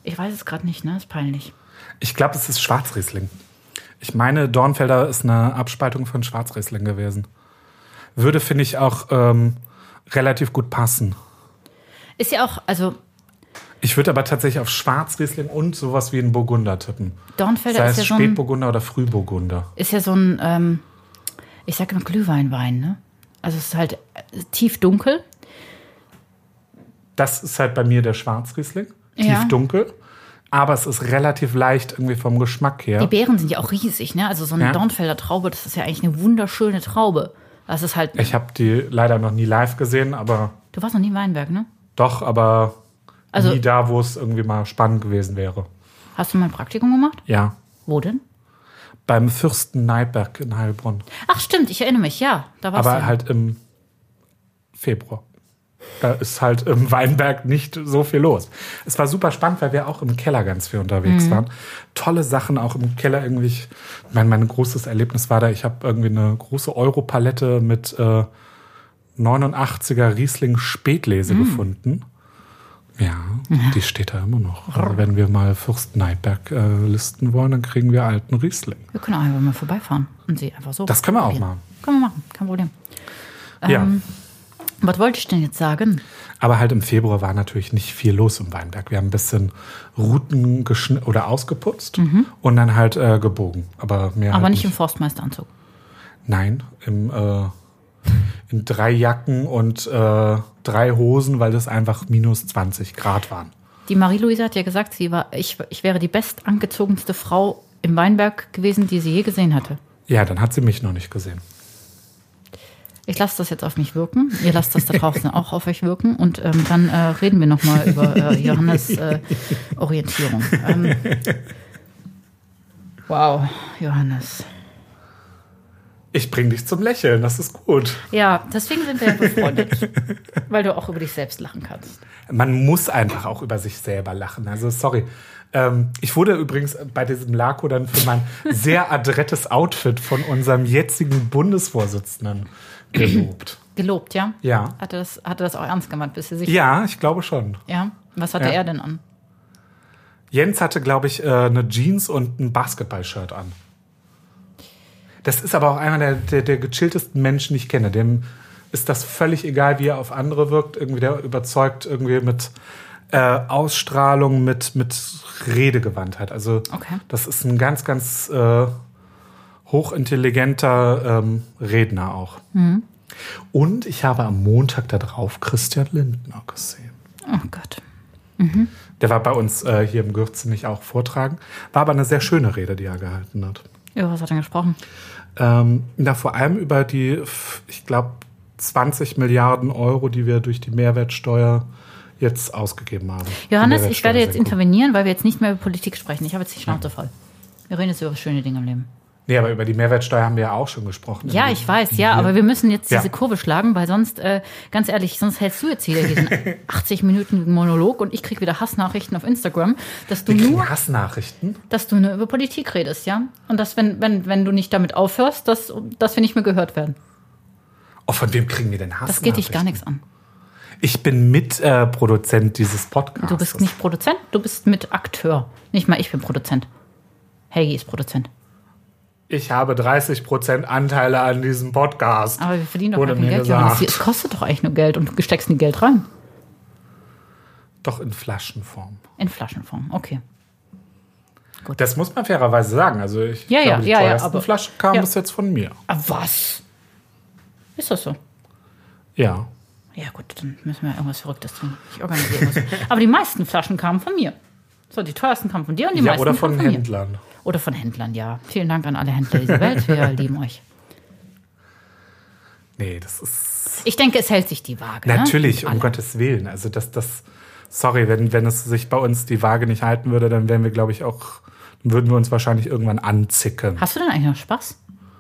Speaker 2: Ich weiß es gerade nicht, ne? Ist peinlich.
Speaker 3: Ich glaube, es ist Schwarzriesling. Ich meine, Dornfelder ist eine Abspaltung von Schwarzriesling gewesen. Würde, finde ich, auch ähm, relativ gut passen.
Speaker 2: Ist ja auch, also
Speaker 3: Ich würde aber tatsächlich auf Schwarzriesling und sowas wie einen Burgunder tippen.
Speaker 2: Dornfelder
Speaker 3: Sei
Speaker 2: ist
Speaker 3: es
Speaker 2: ja, so ein,
Speaker 3: Spätburgunder oder Frühburgunder.
Speaker 2: ist ja so ein, ähm, ich sag immer Glühweinwein, ne? Also es ist halt äh, tief dunkel.
Speaker 3: Das ist halt bei mir der Schwarzriesling.
Speaker 2: Ja.
Speaker 3: Tief dunkel. Aber es ist relativ leicht irgendwie vom Geschmack
Speaker 2: Die
Speaker 3: her.
Speaker 2: Beeren sind ja auch riesig, ne? Also so eine
Speaker 3: Ja.
Speaker 2: Dornfelder Traube, das ist ja eigentlich eine wunderschöne Traube. Das ist halt,
Speaker 3: Ich habe die leider noch nie live gesehen, aber
Speaker 2: du warst noch nie in Weinberg, ne?
Speaker 3: Doch, aber
Speaker 2: Also-
Speaker 3: nie da, wo es irgendwie mal spannend gewesen wäre.
Speaker 2: Hast du mal ein Praktikum gemacht?
Speaker 3: Ja.
Speaker 2: Wo denn?
Speaker 3: Beim Fürsten Neidberg in Heilbronn.
Speaker 2: Ach stimmt, ich erinnere mich, ja. Da warst
Speaker 3: aber
Speaker 2: du.
Speaker 3: halt im Februar. Da ist halt im Weinberg nicht so viel los. Es war super spannend, weil wir auch im Keller ganz viel unterwegs waren. Tolle Sachen auch im Keller irgendwie. Ich mein, mein großes Erlebnis war da, ich habe irgendwie eine große Europalette mit äh, 89er Riesling Spätlese gefunden. Ja, die steht da immer noch. Also wenn wir mal Fürstenneidberg äh, listen wollen, dann kriegen wir alten Riesling.
Speaker 2: Wir können auch einfach mal vorbeifahren und sie einfach so.
Speaker 3: Das können wir auch
Speaker 2: probieren.
Speaker 3: machen.
Speaker 2: Können wir machen, kein Problem.
Speaker 3: ja.
Speaker 2: Was wollte ich denn jetzt sagen?
Speaker 3: Aber halt im Februar war natürlich nicht viel los im Weinberg. Wir haben ein bisschen Routen geschn- oder ausgeputzt und dann halt äh, gebogen. Aber mehr.
Speaker 2: Mhm. Aber
Speaker 3: halt
Speaker 2: nicht im Forstmeisteranzug.
Speaker 3: Nein, im, äh, in drei Jacken und äh, drei Hosen, weil das einfach minus 20 Grad waren.
Speaker 2: Die Marie-Louise hat ja gesagt, sie war, ich, ich wäre die best angezogenste Frau im Weinberg gewesen, die sie je gesehen hatte.
Speaker 3: Ja, dann hat sie mich noch nicht gesehen.
Speaker 2: Ich lasse das jetzt auf mich wirken. Ihr lasst das da draußen auch auf euch wirken. Und ähm, dann äh, reden wir nochmal über äh, Johannes äh, Orientierung. Ähm, wow, Johannes.
Speaker 3: Ich bring dich zum Lächeln, das ist gut.
Speaker 2: Ja, deswegen sind wir ja befreundet. weil du auch über dich selbst lachen kannst.
Speaker 3: Man muss einfach auch über sich selber lachen. Also sorry. Ähm, ich wurde übrigens bei diesem Lako dann für mein sehr adrettes Outfit von unserem jetzigen Bundesvorsitzenden gelobt.
Speaker 2: Gelobt, ja?
Speaker 3: Ja.
Speaker 2: Hatte das, hatte das auch ernst gemeint, bist du sicher?
Speaker 3: Ja, ich glaube schon.
Speaker 2: Ja? Was hatte
Speaker 3: Ja.
Speaker 2: er denn an?
Speaker 3: Jens hatte, glaube ich, äh, eine Jeans und ein Basketball-Shirt an. Das ist aber auch einer der, der, der gechilltesten Menschen, die ich kenne. Dem ist das völlig egal, wie er auf andere wirkt. Irgendwie der überzeugt irgendwie mit äh, Ausstrahlung, mit, mit Redegewandtheit. Also
Speaker 2: Okay.
Speaker 3: das ist ein ganz, ganz äh, hochintelligenter ähm, Redner auch. Und ich habe am Montag darauf Christian Lindner gesehen.
Speaker 2: Oh Gott.
Speaker 3: Der war bei uns äh, hier im Gürzenich auch vortragen. War aber eine sehr schöne Rede, die er gehalten hat.
Speaker 2: Über was hat er gesprochen?
Speaker 3: Ähm, da vor allem über die, f- ich glaube, 20 Milliarden Euro, die wir durch die Mehrwertsteuer jetzt ausgegeben haben.
Speaker 2: Johannes,
Speaker 3: Die
Speaker 2: ich werde jetzt
Speaker 3: Mehrwertsteuersenkung.
Speaker 2: intervenieren, weil wir jetzt nicht mehr über Politik sprechen. Ich habe jetzt die Schnauze voll. Wir reden jetzt über schöne Dinge im Leben.
Speaker 3: Nee, aber über die Mehrwertsteuer haben wir ja auch schon gesprochen.
Speaker 2: Ja, ich weiß, ja, aber wir müssen jetzt
Speaker 3: Ja.
Speaker 2: diese Kurve schlagen, weil sonst, äh, ganz ehrlich, sonst hältst du jetzt hier diesen 80 Minuten Monolog und ich krieg wieder Hassnachrichten auf Instagram, dass du
Speaker 3: Wir
Speaker 2: nur,
Speaker 3: kriegen Hassnachrichten.
Speaker 2: dass du nur über Politik redest, ja? Und dass, wenn, wenn, wenn du nicht damit aufhörst, dass, dass wir nicht mehr gehört werden.
Speaker 3: Oh, von wem kriegen wir denn Hassnachrichten?
Speaker 2: Das geht dich gar nichts an.
Speaker 3: Ich bin Mitproduzent äh, Produzent dieses Podcasts.
Speaker 2: Du bist nicht Produzent, du bist mit Akteur. Nicht mal ich bin Produzent. Helgi ist Produzent.
Speaker 3: Ich habe 30% Anteile an diesem Podcast.
Speaker 2: Aber wir verdienen doch
Speaker 3: Wurde
Speaker 2: gar kein
Speaker 3: mir
Speaker 2: Geld,
Speaker 3: gesagt.
Speaker 2: Johannes. Es kostet doch eigentlich nur Geld und du steckst ein Geld rein.
Speaker 3: Doch in Flaschenform.
Speaker 2: In Flaschenform, okay.
Speaker 3: Das muss man fairerweise sagen. Also ich
Speaker 2: Ja,
Speaker 3: glaube,
Speaker 2: ja,
Speaker 3: die
Speaker 2: ja, ja,
Speaker 3: teuersten
Speaker 2: aber-
Speaker 3: Flaschen kamen
Speaker 2: ja.
Speaker 3: bis jetzt von mir.
Speaker 2: Ah, was? Ist das so?
Speaker 3: Ja.
Speaker 2: Ja, gut, dann müssen wir irgendwas Verrücktes tun. Ich organisiere was. Aber die meisten Flaschen kamen von mir. So, die teuersten kamen von dir und die
Speaker 3: Ja,
Speaker 2: meisten
Speaker 3: oder von
Speaker 2: kamen von
Speaker 3: Händlern.
Speaker 2: Mir. Oder von Händlern, ja. Vielen Dank an alle Händler dieser Welt. Wir lieben euch.
Speaker 3: Nee, das ist
Speaker 2: Ich denke, es hält sich die Waage.
Speaker 3: natürlich,
Speaker 2: Ne?
Speaker 3: um
Speaker 2: Alle.
Speaker 3: Gottes Willen. Also das, das, sorry, wenn, wenn es sich bei uns die Waage nicht halten würde, dann wären wir, glaube ich, auch, dann würden wir uns wahrscheinlich irgendwann anzicken.
Speaker 2: Hast du denn eigentlich noch Spaß?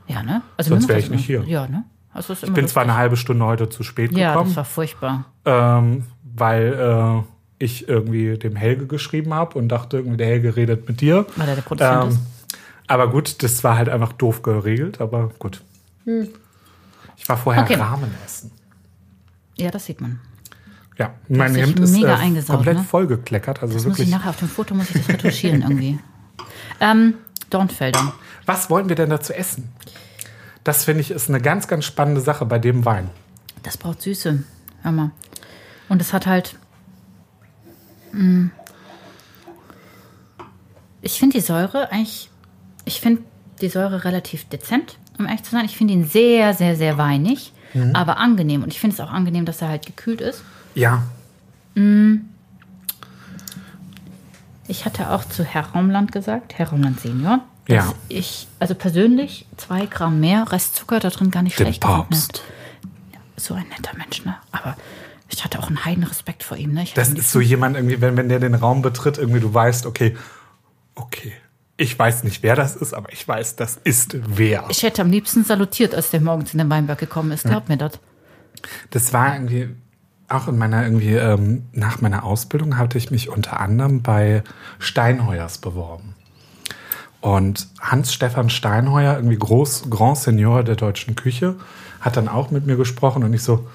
Speaker 2: Ja, ne? Also mir
Speaker 3: Sonst
Speaker 2: macht
Speaker 3: wäre
Speaker 2: das
Speaker 3: ich nicht
Speaker 2: immer-
Speaker 3: hier.
Speaker 2: Ja, ne? Also, es ist
Speaker 3: Ich
Speaker 2: immer
Speaker 3: bin
Speaker 2: das-
Speaker 3: zwar eine halbe Stunde heute zu spät
Speaker 2: Ja, das
Speaker 3: gekommen,
Speaker 2: war furchtbar.
Speaker 3: ähm, weil äh, ich irgendwie dem Helge geschrieben habe und dachte, irgendwie der Helge redet mit dir. Ähm,
Speaker 2: Weil er der Produzent ist.
Speaker 3: Aber gut, das war halt einfach doof geregelt, aber gut. Ich war vorher
Speaker 2: Hm. Okay.
Speaker 3: Rahmen essen.
Speaker 2: Ja, das sieht man.
Speaker 3: Ja, mein
Speaker 2: sich
Speaker 3: Hemd ist
Speaker 2: mega
Speaker 3: äh,
Speaker 2: eingesaut,
Speaker 3: komplett
Speaker 2: ne?
Speaker 3: vollgekleckert. Also
Speaker 2: Muss ich
Speaker 3: wirklich.
Speaker 2: nachher auf dem Foto muss ich das retuschieren irgendwie. Ähm, Dornfelder.
Speaker 3: Was wollen wir denn dazu essen? Das finde ich ist eine ganz, ganz spannende Sache bei dem Wein.
Speaker 2: Das braucht Süße. Hör mal. Und es hat halt. Mm. Ich finde die Säure eigentlich. Ich finde die Säure relativ dezent, um ehrlich zu sein. Ich finde ihn sehr, sehr, sehr weinig,
Speaker 3: Mhm.
Speaker 2: aber angenehm. Und ich finde es auch angenehm, dass er halt gekühlt ist.
Speaker 3: Ja.
Speaker 2: Ich hatte auch zu Herr Raumland gesagt, Herr Raumland Senior, dass
Speaker 3: Ja.
Speaker 2: ich, also persönlich, zwei Gramm mehr Restzucker da drin gar nicht
Speaker 3: Den
Speaker 2: schlecht
Speaker 3: Papst.
Speaker 2: gefunden hätte. So ein netter Mensch, ne? Aber Ich hatte auch einen heiden Respekt vor ihm. Ne? Ich
Speaker 3: Das
Speaker 2: hatte-
Speaker 3: ist so jemand irgendwie, wenn, wenn der den Raum betritt, irgendwie du weißt, okay, okay. Ich weiß nicht, wer das ist, aber ich weiß, das ist wer.
Speaker 2: ich hätte am liebsten salutiert, als der morgens in den Weinberg gekommen ist. Glaub mir das.
Speaker 3: Das war irgendwie auch in meiner irgendwie ähm, nach meiner Ausbildung hatte ich mich unter anderem bei Steinheuers beworben. Und Hans-Stefan Steinheuer, irgendwie Groß, Grand Senior der deutschen Küche, hat dann auch mit mir gesprochen und ich so,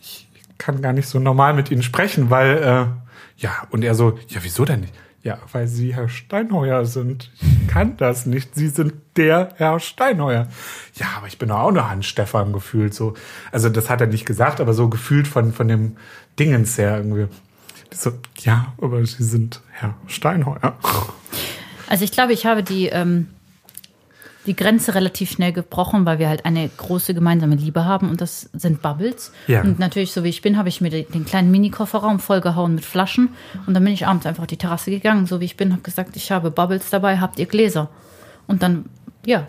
Speaker 3: ich kann gar nicht so normal mit Ihnen sprechen, weil, äh, ja, und er so, ja, wieso denn nicht? Ja, weil Sie Herr Steinheuer sind. Ich kann das nicht. Sie sind der Herr Steinheuer. Ja, aber ich bin doch auch nur Hans-Stefan gefühlt so. Also das hat er nicht gesagt, aber so gefühlt von, von dem Dingens her irgendwie. Ich So, ja, aber Sie sind Herr Steinheuer.
Speaker 2: Also ich glaube, ich habe die, ähm, die Grenze relativ schnell gebrochen, weil wir halt eine große gemeinsame Liebe haben und das sind Bubbles.
Speaker 3: Ja.
Speaker 2: Und natürlich, so wie ich bin, habe ich mir den den kleinen Mini-Kofferraum vollgehauen mit Flaschen und dann bin ich abends einfach auf die Terrasse gegangen, so wie ich bin, habe gesagt, ich habe Bubbles dabei, habt ihr Gläser? Und dann, ja,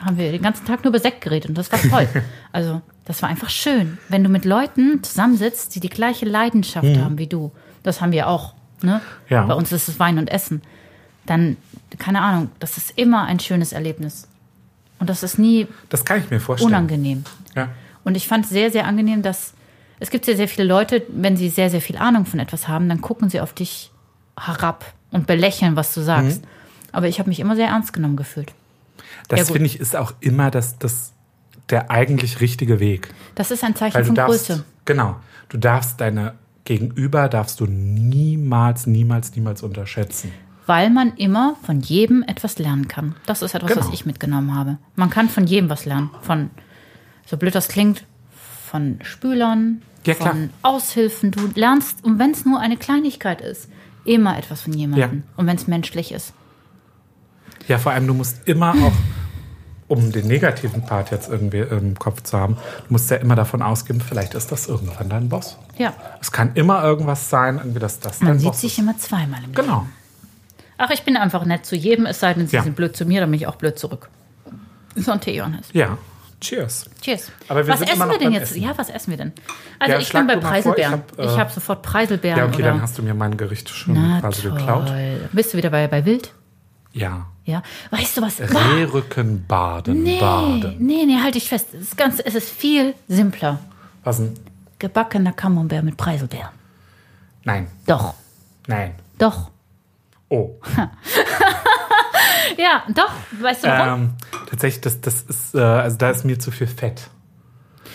Speaker 2: haben wir den ganzen Tag nur über Sekt geredet und das war toll. also das war einfach schön, wenn du mit Leuten zusammensitzt, die die gleiche Leidenschaft haben wie du. Das haben wir auch. Ne?
Speaker 3: Ja.
Speaker 2: Bei uns ist es Wein und Essen. Dann, keine Ahnung, das ist immer ein schönes Erlebnis. Und das ist nie
Speaker 3: Das kann ich mir vorstellen.
Speaker 2: unangenehm.
Speaker 3: Ja.
Speaker 2: Und ich fand es sehr, sehr angenehm, dass es gibt sehr, sehr viele Leute, wenn sie sehr, sehr viel Ahnung von etwas haben, dann gucken sie auf dich herab und belächeln, was du sagst. Aber ich habe mich immer sehr ernst genommen gefühlt. Ja,
Speaker 3: Das
Speaker 2: gut.
Speaker 3: finde ich ist auch immer das, das, der eigentlich richtige Weg.
Speaker 2: Das ist ein Zeichen
Speaker 3: Weil du
Speaker 2: von
Speaker 3: darfst,
Speaker 2: Größe.
Speaker 3: genau, du darfst deine Gegenüber darfst du niemals, niemals, niemals unterschätzen.
Speaker 2: Weil man immer von jedem etwas lernen kann. Das ist etwas, was
Speaker 3: Genau.
Speaker 2: ich mitgenommen habe. Man kann von jedem was lernen. Von, so blöd das klingt, von Spülern,
Speaker 3: Ja, klar.
Speaker 2: von Aushilfen. Du lernst, und wenn es nur eine Kleinigkeit ist, immer etwas von jemandem. Und wenn es menschlich ist.
Speaker 3: Ja, vor allem du musst immer auch, um den negativen Part jetzt irgendwie im Kopf zu haben, du musst ja immer davon ausgehen, vielleicht ist das irgendwann dein Boss.
Speaker 2: Ja.
Speaker 3: Es kann immer irgendwas sein, irgendwie dass das
Speaker 2: Man
Speaker 3: dein
Speaker 2: sieht
Speaker 3: Boss
Speaker 2: sich
Speaker 3: ist.
Speaker 2: immer zweimal im Leben.
Speaker 3: Genau.
Speaker 2: Ach, ich bin einfach nett zu jedem, es sei denn, sie
Speaker 3: Ja.
Speaker 2: sind blöd zu mir, dann bin ich auch blöd zurück. So ein Tee, Johannes.
Speaker 3: Ja. Cheers.
Speaker 2: Cheers.
Speaker 3: Aber wir
Speaker 2: was
Speaker 3: sind
Speaker 2: essen
Speaker 3: immer noch
Speaker 2: wir denn
Speaker 3: beim
Speaker 2: jetzt?
Speaker 3: Essen.
Speaker 2: Ja, was essen wir denn? Also
Speaker 3: Ja,
Speaker 2: ich bin
Speaker 3: schlag
Speaker 2: bei
Speaker 3: du mal vor, ich
Speaker 2: Preiselbeeren.
Speaker 3: hab,
Speaker 2: Ich
Speaker 3: äh,
Speaker 2: habe hab sofort Preiselbeeren.
Speaker 3: Ja, okay,
Speaker 2: oder
Speaker 3: dann hast du mir mein Gericht schon
Speaker 2: Na
Speaker 3: quasi
Speaker 2: toll.
Speaker 3: geklaut.
Speaker 2: Bist du wieder bei, bei Wild?
Speaker 3: Ja.
Speaker 2: Ja. Weißt du was? Bah,
Speaker 3: Rehrücken baden,
Speaker 2: nee,
Speaker 3: baden.
Speaker 2: nee, nee, halt dich fest. Das Ganze es ist viel simpler.
Speaker 3: Was denn?
Speaker 2: Gebackener Camembert mit Preiselbeeren.
Speaker 3: Nein,
Speaker 2: Doch,
Speaker 3: nein.
Speaker 2: doch.
Speaker 3: Oh.
Speaker 2: Ja, doch. Weißt du warum?
Speaker 3: Ähm, tatsächlich, das, das ist, äh, also da ist mir zu viel Fett.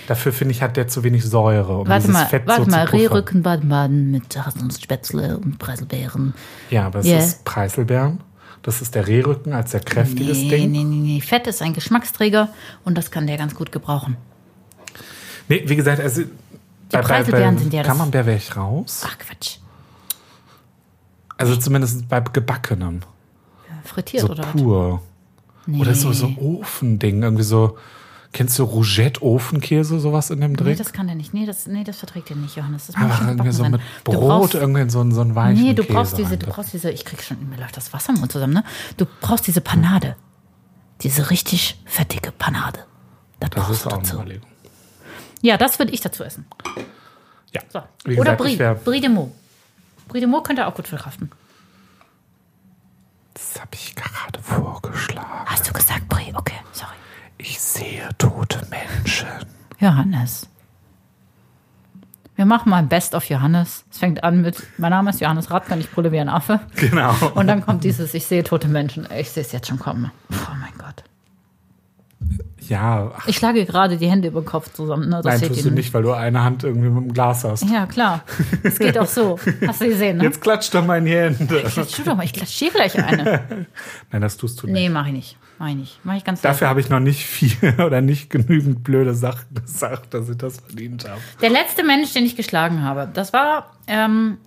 Speaker 3: Dafür finde ich, hat der zu wenig Säure. Um
Speaker 2: warte
Speaker 3: dieses
Speaker 2: mal,
Speaker 3: Fett
Speaker 2: warte
Speaker 3: so
Speaker 2: mal.
Speaker 3: zu puffern.
Speaker 2: Rehrücken Baden-Baden mit Haselnussspätzle und Preiselbeeren.
Speaker 3: Ja, aber es
Speaker 2: Yeah.
Speaker 3: ist Preiselbeeren. Das ist der Rehrücken als sehr kräftiges
Speaker 2: Nee, nee,
Speaker 3: Ding.
Speaker 2: nee, nee. Fett ist ein Geschmacksträger und das kann der ganz gut gebrauchen.
Speaker 3: Nee, wie gesagt, also bei,
Speaker 2: Preiselbeeren sind ja das-
Speaker 3: Camembert wäre ich raus.
Speaker 2: Ach Quatsch.
Speaker 3: Also zumindest bei gebackenem.
Speaker 2: Frittiert
Speaker 3: So
Speaker 2: oder was?
Speaker 3: pur.
Speaker 2: Nee.
Speaker 3: Oder so, so Ofending. Irgendwie so, kennst du Rougette-Ofenkäse, sowas in dem
Speaker 2: Nee,
Speaker 3: Dreck?
Speaker 2: das kann der nicht. Nee, das, nee, das verträgt er nicht, Johannes. Das muss
Speaker 3: aber
Speaker 2: schon
Speaker 3: irgendwie
Speaker 2: gebacken
Speaker 3: so
Speaker 2: sein.
Speaker 3: mit
Speaker 2: Du
Speaker 3: Brot,
Speaker 2: brauchst-
Speaker 3: irgendwie in so, einen- so einen weichen
Speaker 2: Nee, du
Speaker 3: Käse
Speaker 2: brauchst diese,
Speaker 3: rein.
Speaker 2: du brauchst diese, ich krieg schon, mir läuft das Wasser im Mund zusammen, ne? Du brauchst diese Panade. Diese richtig fettige Panade. Das,
Speaker 3: Das
Speaker 2: brauchst
Speaker 3: ist
Speaker 2: du
Speaker 3: auch eine
Speaker 2: dazu.
Speaker 3: Überlegung.
Speaker 2: Ja, das würde ich dazu essen.
Speaker 3: Ja.
Speaker 2: So.
Speaker 3: Wie
Speaker 2: Oder
Speaker 3: gesagt, ich
Speaker 2: Brie,
Speaker 3: wär-
Speaker 2: Brie de Meaux. Brie de Meaux könnte auch gut verkraften.
Speaker 3: Das habe ich gerade vorgeschlagen.
Speaker 2: Hast du gesagt Brie? Okay, sorry.
Speaker 3: Ich sehe tote Menschen.
Speaker 2: Johannes. Wir machen mal ein Best of Johannes. Es fängt an mit, mein Name ist Johannes Radkan, ich brülle wie ein Affe.
Speaker 3: Genau.
Speaker 2: Und dann kommt dieses, ich sehe tote Menschen. Ich sehe es jetzt schon kommen. Oh mein Gott.
Speaker 3: Ja, ach,
Speaker 2: Ich schlage gerade die Hände über den Kopf zusammen. Ne? Das
Speaker 3: nein,
Speaker 2: seht
Speaker 3: tust
Speaker 2: ihr
Speaker 3: du nicht, weil du eine Hand irgendwie mit dem Glas hast.
Speaker 2: Ja, klar. Es geht auch so. Hast du gesehen, ne?
Speaker 3: Jetzt klatscht doch mal in die Hände.
Speaker 2: Klatsch du doch mal, ich klatsche gleich eine.
Speaker 3: Nein, das tust du nicht.
Speaker 2: Nee, mach ich nicht. Mach ich nicht. Mach ich ganz leise.
Speaker 3: Dafür habe ich noch nicht viel oder nicht genügend blöde Sachen gesagt, dass ich das verdient habe.
Speaker 2: Der letzte Mensch, den ich geschlagen habe, das war ähm,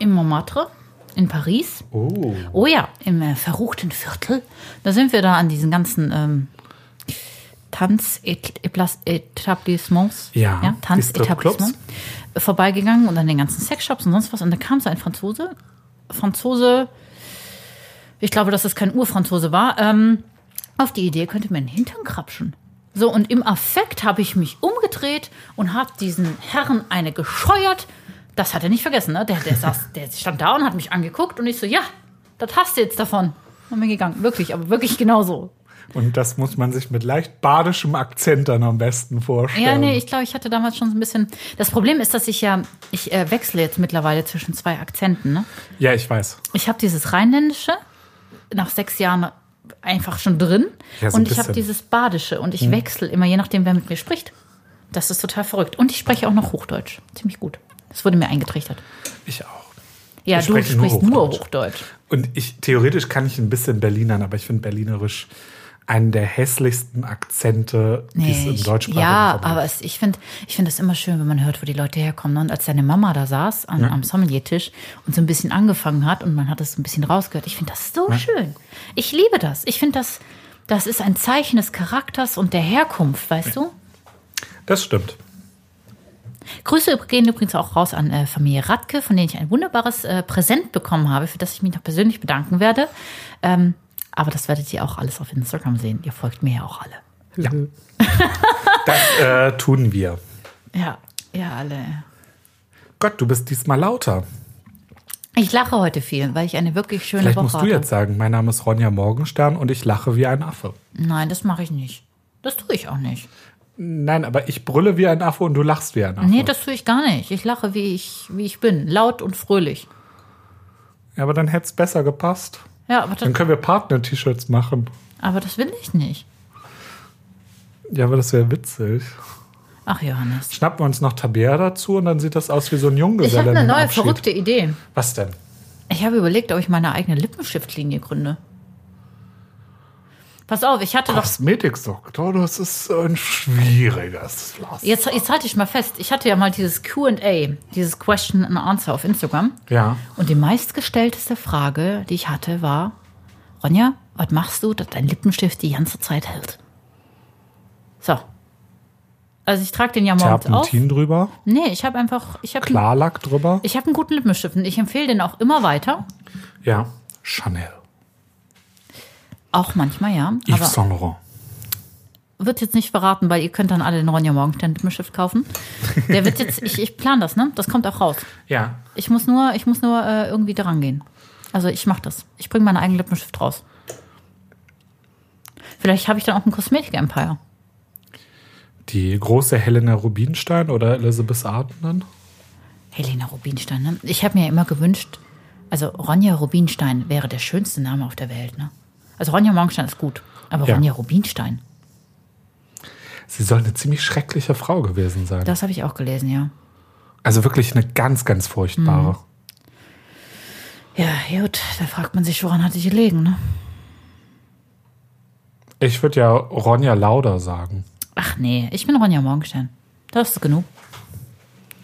Speaker 2: im Montmartre in Paris.
Speaker 3: Oh.
Speaker 2: Oh ja, im äh, verruchten Viertel. Da sind wir da an diesen ganzen ähm, Tanzetablissements.
Speaker 3: Ja, die
Speaker 2: Tanzetablissements. Vorbeigegangen und an den ganzen Sexshops und sonst was. Und da kam so ein Franzose. Franzose, ich glaube, dass es kein Urfranzose war, ähm, auf die Idee, könnte man den Hintern krapschen. So, und im Affekt habe ich mich umgedreht und habe diesen Herrn eine gescheuert. Das hat er nicht vergessen, ne? Der, der, saß, der stand da und hat mich angeguckt und ich so, ja, das hast du jetzt davon. Und bin gegangen. Wirklich, aber wirklich genauso.
Speaker 3: Und das muss man sich mit leicht badischem Akzent dann am besten vorstellen.
Speaker 2: Ja, nee, ich glaube, ich hatte damals schon so ein bisschen. Das Problem ist, dass ich ja, ich äh, wechsle jetzt mittlerweile zwischen zwei Akzenten. Ne?
Speaker 3: Ja, ich weiß.
Speaker 2: Ich habe dieses Rheinländische nach sechs Jahren einfach schon drin.
Speaker 3: Ja, so ein
Speaker 2: und ich habe
Speaker 3: bisschen. Mhm.
Speaker 2: dieses Badische und ich wechsle immer, je nachdem, wer mit mir spricht. Das ist total verrückt. Und ich spreche auch noch Hochdeutsch. Ziemlich gut. Das wurde mir eingetrichtert.
Speaker 3: Ich auch.
Speaker 2: Ja,
Speaker 3: Ich
Speaker 2: du
Speaker 3: spreche
Speaker 2: sprichst
Speaker 3: nur
Speaker 2: nur
Speaker 3: Hochdeutsch.
Speaker 2: Hochdeutsch.
Speaker 3: Und ich theoretisch kann ich ein bisschen Berlinern, aber ich finde Berlinerisch einen der hässlichsten Akzente, die es im
Speaker 2: ich-
Speaker 3: deutschsprachigen
Speaker 2: Ja,
Speaker 3: Raum gibt.
Speaker 2: aber es, ich finde ich find das immer schön, wenn man hört, wo die Leute herkommen. ne? Und als deine Mama da saß am, am Sommelier-Tisch und so ein bisschen angefangen hat und man hat es so ein bisschen rausgehört, ich finde das so schön. Ich liebe das. Ich finde das, das ist ein Zeichen des Charakters und der Herkunft, weißt du?
Speaker 3: Das stimmt.
Speaker 2: Grüße gehen übrigens auch raus an äh, Familie Radke, von denen ich ein wunderbares äh, Präsent bekommen habe, für das ich mich noch persönlich bedanken werde. Ähm, aber das werdet ihr auch alles auf Instagram sehen. Ihr folgt mir ja auch alle.
Speaker 3: Ja. das äh, tun wir.
Speaker 2: Ja, ja, alle.
Speaker 3: Gott, du bist diesmal lauter.
Speaker 2: Ich lache heute viel, weil ich eine wirklich schöne
Speaker 3: Vielleicht
Speaker 2: Woche
Speaker 3: musst du
Speaker 2: hatte.
Speaker 3: jetzt sagen, mein Name ist Ronja Morgenstern und ich lache wie ein Affe.
Speaker 2: Nein, das mache ich nicht. Das tue ich auch nicht.
Speaker 3: Nein, aber ich brülle wie ein Affe und du lachst wie ein Affe.
Speaker 2: Nee, das tue ich gar nicht. Ich lache, wie ich, wie ich bin. Laut und fröhlich.
Speaker 3: ja, aber dann hätte es besser gepasst.
Speaker 2: Ja, aber
Speaker 3: Dann
Speaker 2: das,
Speaker 3: können wir Partner-T-Shirts machen.
Speaker 2: aber das will ich nicht.
Speaker 3: Ja, aber das wäre witzig.
Speaker 2: Ach, Johannes.
Speaker 3: Schnappen wir uns noch Tabea dazu und dann sieht das aus wie so ein
Speaker 2: Ich
Speaker 3: Junggeselle.
Speaker 2: habe eine neue verrückte Idee.
Speaker 3: Was denn?
Speaker 2: Ich habe überlegt, ob ich meine eigene Lippenstiftlinie gründe. Pass auf, ich hatte doch.
Speaker 3: Kosmetikdoktor, das ist ein schwieriges Pflaster.
Speaker 2: Jetzt, jetzt halte ich mal fest. Ich hatte ja mal dieses QA, dieses Question and Answer auf Instagram.
Speaker 3: Ja.
Speaker 2: Und die meistgestellteste Frage, die ich hatte, war: Ronja, was machst du, dass dein Lippenstift die ganze Zeit hält? So. Also, ich trage den ja morgens auf.
Speaker 3: Terpentin drüber,
Speaker 2: Nee, ich habe einfach. Ich habe einen,
Speaker 3: Klarlack drüber.
Speaker 2: ich hab einen guten Lippenstift und ich empfehle den auch immer weiter.
Speaker 3: Ja. Chanel.
Speaker 2: Auch manchmal, ja.
Speaker 3: Yves Saint Laurent.
Speaker 2: wird jetzt nicht verraten, weil ihr könnt dann alle den Ronja Morgenstern Lippenstift kaufen. Der wird jetzt, ich, ich plan das, ne? Das kommt auch raus.
Speaker 3: Ja.
Speaker 2: Ich muss nur, ich muss nur äh, irgendwie dran gehen. Also ich mache das. Ich bringe meinen eigenen Lippenstift raus. Vielleicht habe ich dann auch ein Kosmetik-Empire.
Speaker 3: Die große Helena Rubinstein oder Elizabeth Arden.
Speaker 2: Helena Rubinstein, ne? Ich habe mir ja immer gewünscht, also Ronja Rubinstein wäre der schönste Name auf der Welt, ne? Also Ronja Morgenstein ist gut, aber
Speaker 3: Ja.
Speaker 2: Ronja Rubinstein,
Speaker 3: Sie soll eine ziemlich schreckliche Frau gewesen sein.
Speaker 2: das habe ich auch gelesen, ja.
Speaker 3: also wirklich eine ganz, ganz furchtbare.
Speaker 2: Mhm. Ja, gut, da fragt man sich, woran hatte ich gelegen, ne?
Speaker 3: Ich würde ja Ronja Lauder sagen.
Speaker 2: Ach nee, ich bin Ronja Morgenstern. Das ist genug.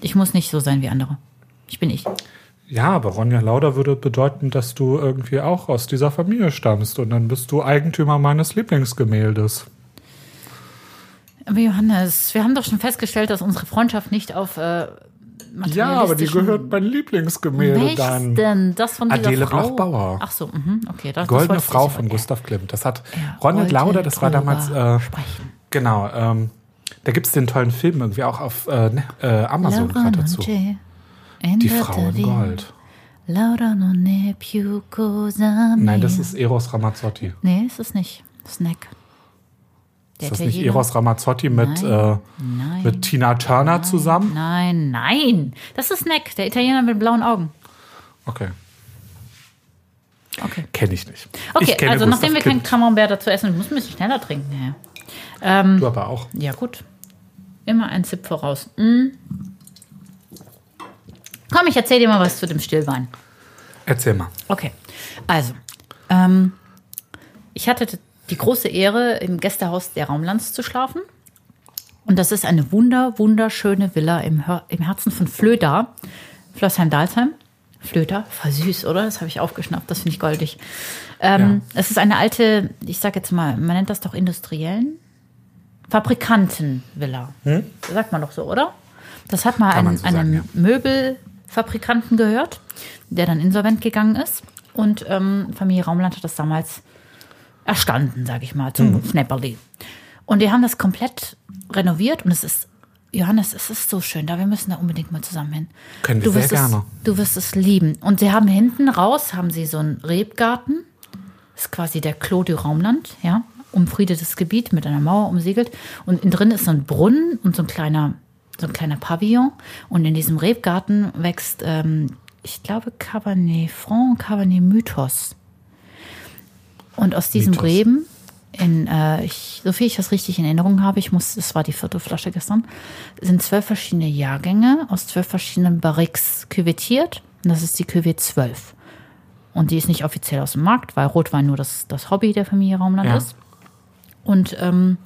Speaker 2: Ich muss nicht so sein wie andere. Ich bin ich.
Speaker 3: Ja, aber Ronja Lauder würde bedeuten, dass du irgendwie auch aus dieser Familie stammst und dann bist du Eigentümer meines Lieblingsgemäldes.
Speaker 2: Aber Johannes, wir haben doch schon festgestellt, dass unsere Freundschaft nicht auf äh,
Speaker 3: Ja, aber die
Speaker 2: materialistischen-
Speaker 3: gehört mein Lieblingsgemälde
Speaker 2: Welches
Speaker 3: dann.
Speaker 2: denn? Das von dieser
Speaker 3: Adele
Speaker 2: Frau?
Speaker 3: Bloch-Bauer.
Speaker 2: Ach so, mhm, okay. Das,
Speaker 3: Goldene
Speaker 2: das wollte ich
Speaker 3: Frau
Speaker 2: jetzt
Speaker 3: von
Speaker 2: aber-
Speaker 3: Gustav Klimt. Das hat
Speaker 2: Er
Speaker 3: Ronja
Speaker 2: wollte
Speaker 3: Lauder, das war
Speaker 2: drüber
Speaker 3: damals. Äh,
Speaker 2: sprechen.
Speaker 3: genau. Ähm, da gibt es den tollen Film irgendwie auch auf äh, ne- äh, Amazon
Speaker 2: Laura
Speaker 3: gerade dazu.
Speaker 2: non c'è, in
Speaker 3: Die
Speaker 2: the
Speaker 3: Frau in
Speaker 2: TV.
Speaker 3: Gold.
Speaker 2: Laura non è più cosa
Speaker 3: Nein, das
Speaker 2: mia.
Speaker 3: ist Eros Ramazzotti.
Speaker 2: Nee, ist es nicht. Snack. Der
Speaker 3: Ist das nicht
Speaker 2: Italiener.
Speaker 3: Eros Ramazzotti mit, äh,
Speaker 2: Nein. Nein.
Speaker 3: mit Tina Turner zusammen?
Speaker 2: Nein, nein. Das ist Snack, der Italiener mit blauen Augen.
Speaker 3: Okay.
Speaker 2: Okay.
Speaker 3: Kenne ich nicht.
Speaker 2: Okay,
Speaker 3: ich kenne
Speaker 2: also
Speaker 3: Gustav
Speaker 2: nachdem wir kein
Speaker 3: Klimt.
Speaker 2: Camembert dazu essen, wir müssen ein bisschen schneller trinken. Ja,
Speaker 3: Du aber auch.
Speaker 2: ja gut. Immer ein Zip voraus. Mm. Komm, ich erzähle dir mal was zu dem Stillwein.
Speaker 3: Erzähl mal.
Speaker 2: Okay, also, ähm, ich hatte die große Ehre, im Gästehaus der Raumlands zu schlafen. Und das ist eine wunder, wunderschöne Villa im, Hör- im Herzen von Flöda, Flossheim-Dalsheim. Flöda, voll süß, oder? Das habe ich aufgeschnappt, das finde ich goldig. Ähm, Es ist eine alte, ich sage jetzt mal, man nennt das doch industriellen Fabrikantenvilla. Sagt man doch so, oder? Das hat mal
Speaker 3: Hm? Kann man
Speaker 2: einen,
Speaker 3: so sagen,
Speaker 2: einen
Speaker 3: ja.
Speaker 2: Möbelfabrikanten gehört, der dann insolvent gegangen ist. Und
Speaker 3: Mhm.
Speaker 2: ähm, Familie Raumland hat das damals erstanden, sage ich mal, zum Schnäpperli. Und die haben das komplett renoviert und es ist, Johannes, es ist so schön da. Wir müssen da unbedingt mal zusammen hin.
Speaker 3: Können wir
Speaker 2: du
Speaker 3: sehr
Speaker 2: wirst
Speaker 3: gerne.
Speaker 2: Es, du wirst es lieben. Und sie haben hinten raus, haben sie so einen Rebgarten. Das ist quasi der Clos du Raumland, ja. Umfriedetes Gebiet mit einer Mauer umsiegelt. Und innen drin ist so ein Brunnen und so ein kleiner, so ein kleiner Pavillon. Und in diesem Rebgarten wächst, ähm, ich glaube, Cabernet Franc, Cabernet Mythos. Und aus diesem
Speaker 3: Mythos.
Speaker 2: Reben, in, äh, ich, so viel ich das richtig in Erinnerung habe, ich muss, es war die vierte Flasche gestern, sind zwölf verschiedene Jahrgänge aus zwölf verschiedenen Barriques küvettiert. Und das ist die Cuvée 12. Und die ist nicht offiziell aus dem Markt, weil Rotwein nur das, das Hobby der Familie Raumland
Speaker 3: Ja.
Speaker 2: ist. Und ähm,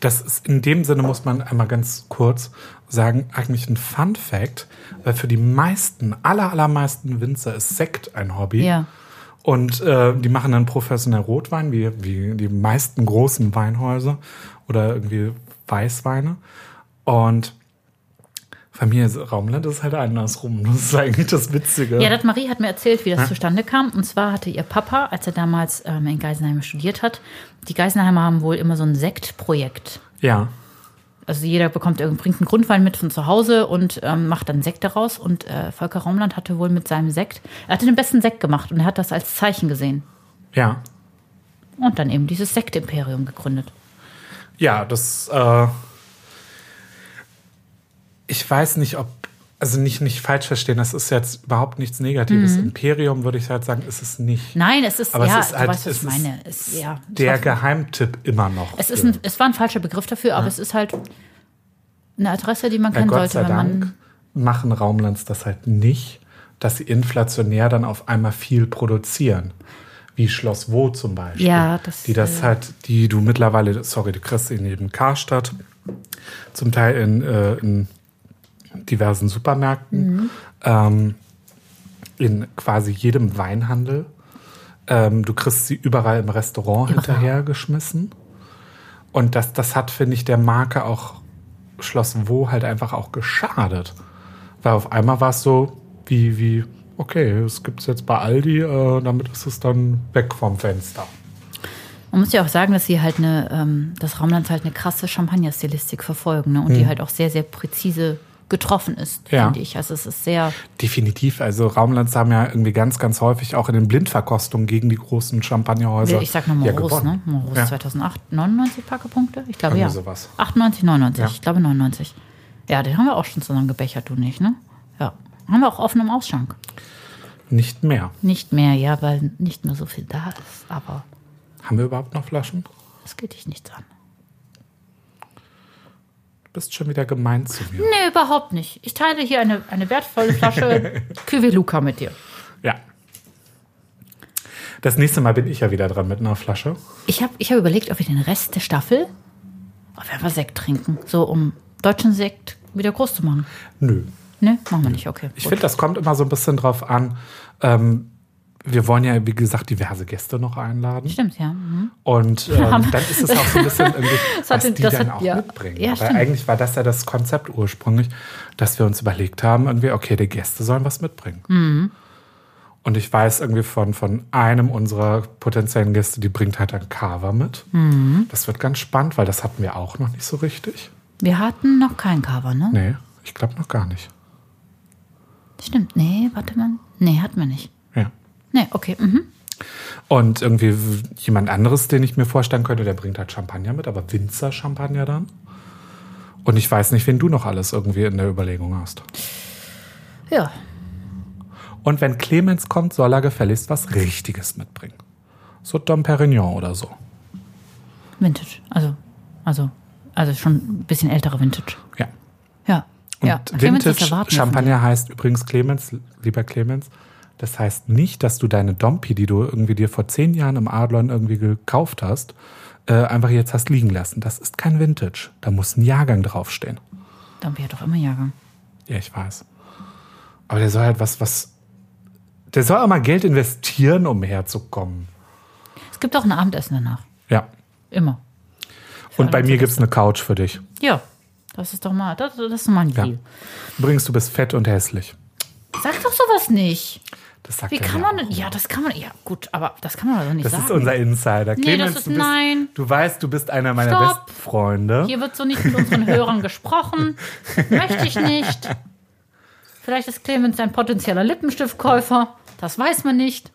Speaker 3: Das ist in dem Sinne muss man einmal ganz kurz sagen, eigentlich ein Fun Fact, weil für die meisten, aller allermeisten Winzer ist Sekt ein Hobby.
Speaker 2: Ja.
Speaker 3: Und äh, die machen dann professionell Rotwein, wie, wie die meisten großen Weinhäuser oder irgendwie Weißweine. Und Familie Raumland ist halt andersrum. Das ist eigentlich das Witzige.
Speaker 2: Ja, das Marie hat mir erzählt, wie das zustande kam. Und zwar hatte ihr Papa, als er damals ähm, in Geisenheim studiert hat, die Geisenheimer haben wohl immer so ein Sektprojekt.
Speaker 3: ja.
Speaker 2: Also jeder bekommt irgend- bringt einen Grundwein mit von zu Hause und ähm, macht dann Sekt daraus. Und äh, Volker Raumland hatte wohl mit seinem Sekt, er hatte den besten Sekt gemacht und er hat das als Zeichen gesehen.
Speaker 3: ja.
Speaker 2: Und dann eben dieses Sektimperium gegründet.
Speaker 3: Ja, das. Äh, ich weiß nicht, ob. Also nicht, nicht falsch verstehen, das ist jetzt überhaupt nichts Negatives. Imperium würde ich halt sagen, ist es nicht.
Speaker 2: Nein, es ist,
Speaker 3: Aber
Speaker 2: Mhm. ja,
Speaker 3: es ist halt
Speaker 2: du weißt, was
Speaker 3: es
Speaker 2: ich
Speaker 3: ist
Speaker 2: meine. Es, ja, es
Speaker 3: der
Speaker 2: war-
Speaker 3: Geheimtipp immer noch.
Speaker 2: Es, ist ein, es war ein falscher Begriff dafür, aber es ist halt eine Adresse, die man
Speaker 3: ja,
Speaker 2: kennen
Speaker 3: Gott
Speaker 2: sollte,
Speaker 3: sei
Speaker 2: wenn
Speaker 3: Dank
Speaker 2: man.
Speaker 3: machen Raumlands das halt nicht, dass sie inflationär dann auf einmal viel produzieren. Wie Schloss Wo zum Beispiel.
Speaker 2: Ja, das,
Speaker 3: Die das
Speaker 2: äh,
Speaker 3: halt, die du mittlerweile, sorry, du kriegst in jedem Karstadt, zum Teil in, äh, in diversen Supermärkten,
Speaker 2: Mhm.
Speaker 3: ähm, in quasi jedem Weinhandel. Ähm, du kriegst sie überall im Restaurant hinterhergeschmissen. Und das, das hat, finde ich, der Marke auch Schloss Wo halt einfach auch geschadet. Weil auf einmal war es so, wie, wie, okay, es gibt es jetzt bei Aldi, äh, damit ist es dann weg vom Fenster.
Speaker 2: Man muss ja auch sagen, dass sie halt eine, ähm, das Raumland halt eine krasse Champagner-Stilistik verfolgen ne? und die halt auch sehr, sehr präzise getroffen ist,
Speaker 3: Mhm. Ja.
Speaker 2: finde ich. Also es ist sehr.
Speaker 3: Definitiv. Also Raumlands haben ja irgendwie ganz, ganz häufig auch in den Blindverkostungen gegen die großen Champagnerhäuser.
Speaker 2: ich sag nur
Speaker 3: Also, ja,
Speaker 2: Moros,
Speaker 3: gewonnen.
Speaker 2: ne? Moros
Speaker 3: ja.
Speaker 2: 2008, 99 Parkepunkte? Ich glaube
Speaker 3: Irgendwie
Speaker 2: ja.
Speaker 3: sowas.
Speaker 2: 98, 99,
Speaker 3: Ja.
Speaker 2: ich glaube 99. Ja, den haben wir auch schon zusammen gebechert, du nicht, ne? Ja. Haben wir auch offen im Ausschank.
Speaker 3: Nicht mehr.
Speaker 2: Nicht mehr, ja, weil nicht mehr so viel da ist, aber
Speaker 3: Haben wir überhaupt noch Flaschen?
Speaker 2: das geht dich nichts an.
Speaker 3: Du bist schon wieder gemein zu mir.
Speaker 2: Nee, überhaupt nicht. Ich teile hier eine, eine wertvolle Flasche Cuvée Luca mit dir.
Speaker 3: Ja. Das nächste Mal bin ich ja wieder dran mit einer Flasche.
Speaker 2: Ich habe ich hab überlegt, ob wir den Rest der Staffel auf einfach Sekt trinken. So, um deutschen Sekt wieder groß zu machen.
Speaker 3: Nö.
Speaker 2: Ne, machen wir nicht, okay.
Speaker 3: Ich finde, das kommt immer so ein bisschen drauf an. Ähm, wir wollen ja, wie gesagt, diverse Gäste noch einladen.
Speaker 2: Stimmt, ja. Mhm.
Speaker 3: Und ähm, dann ist es auch so ein bisschen irgendwie,
Speaker 2: hat
Speaker 3: was
Speaker 2: den-
Speaker 3: die
Speaker 2: das
Speaker 3: dann
Speaker 2: hat-
Speaker 3: auch
Speaker 2: ja.
Speaker 3: mitbringen.
Speaker 2: Ja,
Speaker 3: Weil
Speaker 2: stimmt.
Speaker 3: eigentlich war das ja das Konzept ursprünglich, dass wir uns überlegt haben, irgendwie, okay, die Gäste sollen was mitbringen.
Speaker 2: Mhm.
Speaker 3: Und ich weiß irgendwie von, von einem unserer potenziellen Gäste, die bringt halt ein Cover mit.
Speaker 2: Mhm.
Speaker 3: Das wird ganz spannend, weil das hatten wir auch noch nicht so richtig.
Speaker 2: Wir hatten noch kein Cover, ne?
Speaker 3: Nee, ich glaube noch gar nicht.
Speaker 2: Stimmt, nee, warte mal. Nee, hatten wir nicht.
Speaker 3: Ja.
Speaker 2: Nee, okay. Mhm.
Speaker 3: Und irgendwie w- jemand anderes, den ich mir vorstellen könnte, der bringt halt Champagner mit, aber Winzer-Champagner dann. Und ich weiß nicht, wen du noch alles irgendwie in der Überlegung hast.
Speaker 2: Ja.
Speaker 3: Und wenn Clemens kommt, soll er gefälligst was Richtiges mitbringen. So Dom Perignon oder so.
Speaker 2: Vintage. Also, also, also schon ein bisschen ältere Vintage.
Speaker 3: Ja.
Speaker 2: Ja.
Speaker 3: Und
Speaker 2: ja. Clemens, das
Speaker 3: Vintage
Speaker 2: erwarten wir von dir.
Speaker 3: Champagner heißt übrigens Clemens, lieber Clemens, das heißt nicht, dass du deine Dompi, die du irgendwie dir vor zehn Jahren im Adlon irgendwie gekauft hast, äh, einfach jetzt hast liegen lassen. Das ist kein Vintage. Da muss ein Jahrgang draufstehen.
Speaker 2: Dann wäre doch immer Jahrgang.
Speaker 3: Ja, ich weiß. Aber der soll halt was, was. Der soll auch mal Geld investieren, um herzukommen.
Speaker 2: Es gibt auch ein Abendessen danach.
Speaker 3: Ja.
Speaker 2: Immer.
Speaker 3: Und bei mir gibt's eine Couch für dich.
Speaker 2: Ja. Das ist doch mal, das, das ist doch mal ein
Speaker 3: Ja.
Speaker 2: Deal.
Speaker 3: Übrigens, du bist fett und hässlich.
Speaker 2: Sag doch sowas nicht.
Speaker 3: Das sagt
Speaker 2: Wie
Speaker 3: er
Speaker 2: kann
Speaker 3: mir
Speaker 2: man denn? Ja, das kann man. Ja, gut, aber das kann man also nicht
Speaker 3: Das
Speaker 2: sagen.
Speaker 3: ist unser Insider.
Speaker 2: Nee, das
Speaker 3: Clemens,
Speaker 2: ist-
Speaker 3: du bist,
Speaker 2: nein.
Speaker 3: Du weißt, du bist einer meiner
Speaker 2: Stopp.
Speaker 3: besten Freunde.
Speaker 2: Hier wird so nicht mit unseren Hörern gesprochen. Möchte ich nicht. Vielleicht ist Clemens ein potenzieller Lippenstiftkäufer. Das weiß man nicht.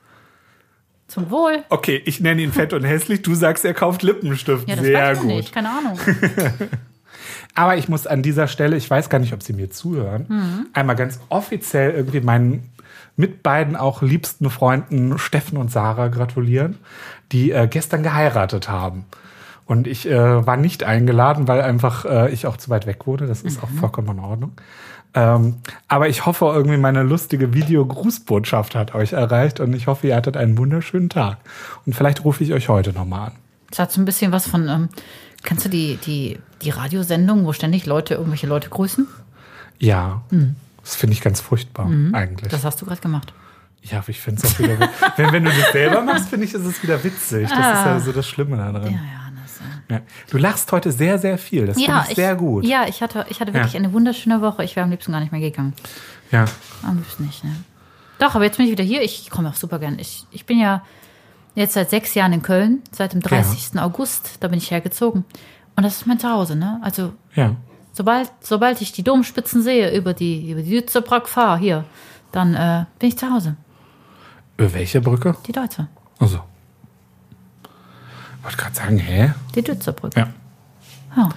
Speaker 2: Zum Wohl.
Speaker 3: Okay, ich nenne ihn fett und hässlich. Du sagst, er kauft Lippenstift.
Speaker 2: Ja, das
Speaker 3: Sehr
Speaker 2: weiß man
Speaker 3: gut.
Speaker 2: nicht. Keine Ahnung.
Speaker 3: Aber ich muss an dieser Stelle, ich weiß gar nicht, ob Sie mir zuhören, einmal ganz offiziell irgendwie meinen mit beiden auch liebsten Freunden Steffen und Sarah gratulieren, die äh, gestern geheiratet haben. Und ich äh, war nicht eingeladen, weil einfach äh, ich auch zu weit weg wurde. Das ist auch vollkommen in Ordnung. Ähm, aber ich hoffe, irgendwie meine lustige Videogrußbotschaft hat euch erreicht und ich hoffe, ihr hattet einen wunderschönen Tag. Und vielleicht rufe ich euch heute nochmal an.
Speaker 2: Das hat so ein bisschen was von. Ähm, kennst du die, die, die Radiosendung, wo ständig Leute irgendwelche Leute grüßen?
Speaker 3: Ja, das finde ich ganz furchtbar eigentlich.
Speaker 2: Das hast du gerade gemacht.
Speaker 3: Ja, aber ich finde es auch wieder witzig. wenn, wenn du das selber machst, finde ich, ist es wieder witzig. Das ist ja so das Schlimme
Speaker 2: Ja, Ah.
Speaker 3: daran.
Speaker 2: ja, das, äh.
Speaker 3: Ja. Du lachst heute sehr, sehr viel. Das finde ich sehr gut.
Speaker 2: Ja, ich hatte, ich hatte wirklich
Speaker 3: Ja.
Speaker 2: eine wunderschöne Woche. Ich wäre am liebsten gar nicht mehr gegangen.
Speaker 3: Ja.
Speaker 2: Am liebsten nicht, ne? Doch, aber jetzt bin ich wieder hier. Ich komme auch super gern. Ich, ich bin ja jetzt seit sechs Jahren in Köln, seit dem 30. August, da bin ich hergezogen. Und das ist mein Zuhause, ne? Also,
Speaker 3: ja.
Speaker 2: sobald, sobald ich die Domspitzen sehe über die, über die Jützebrack fahre, hier, dann äh, bin ich zu Hause.
Speaker 3: Ö, welche Brücke?
Speaker 2: Die Deutsche.
Speaker 3: Also. Ich wollte gerade sagen, hä?
Speaker 2: Die Dützerbrücke.
Speaker 3: Ja.
Speaker 2: Ja. Und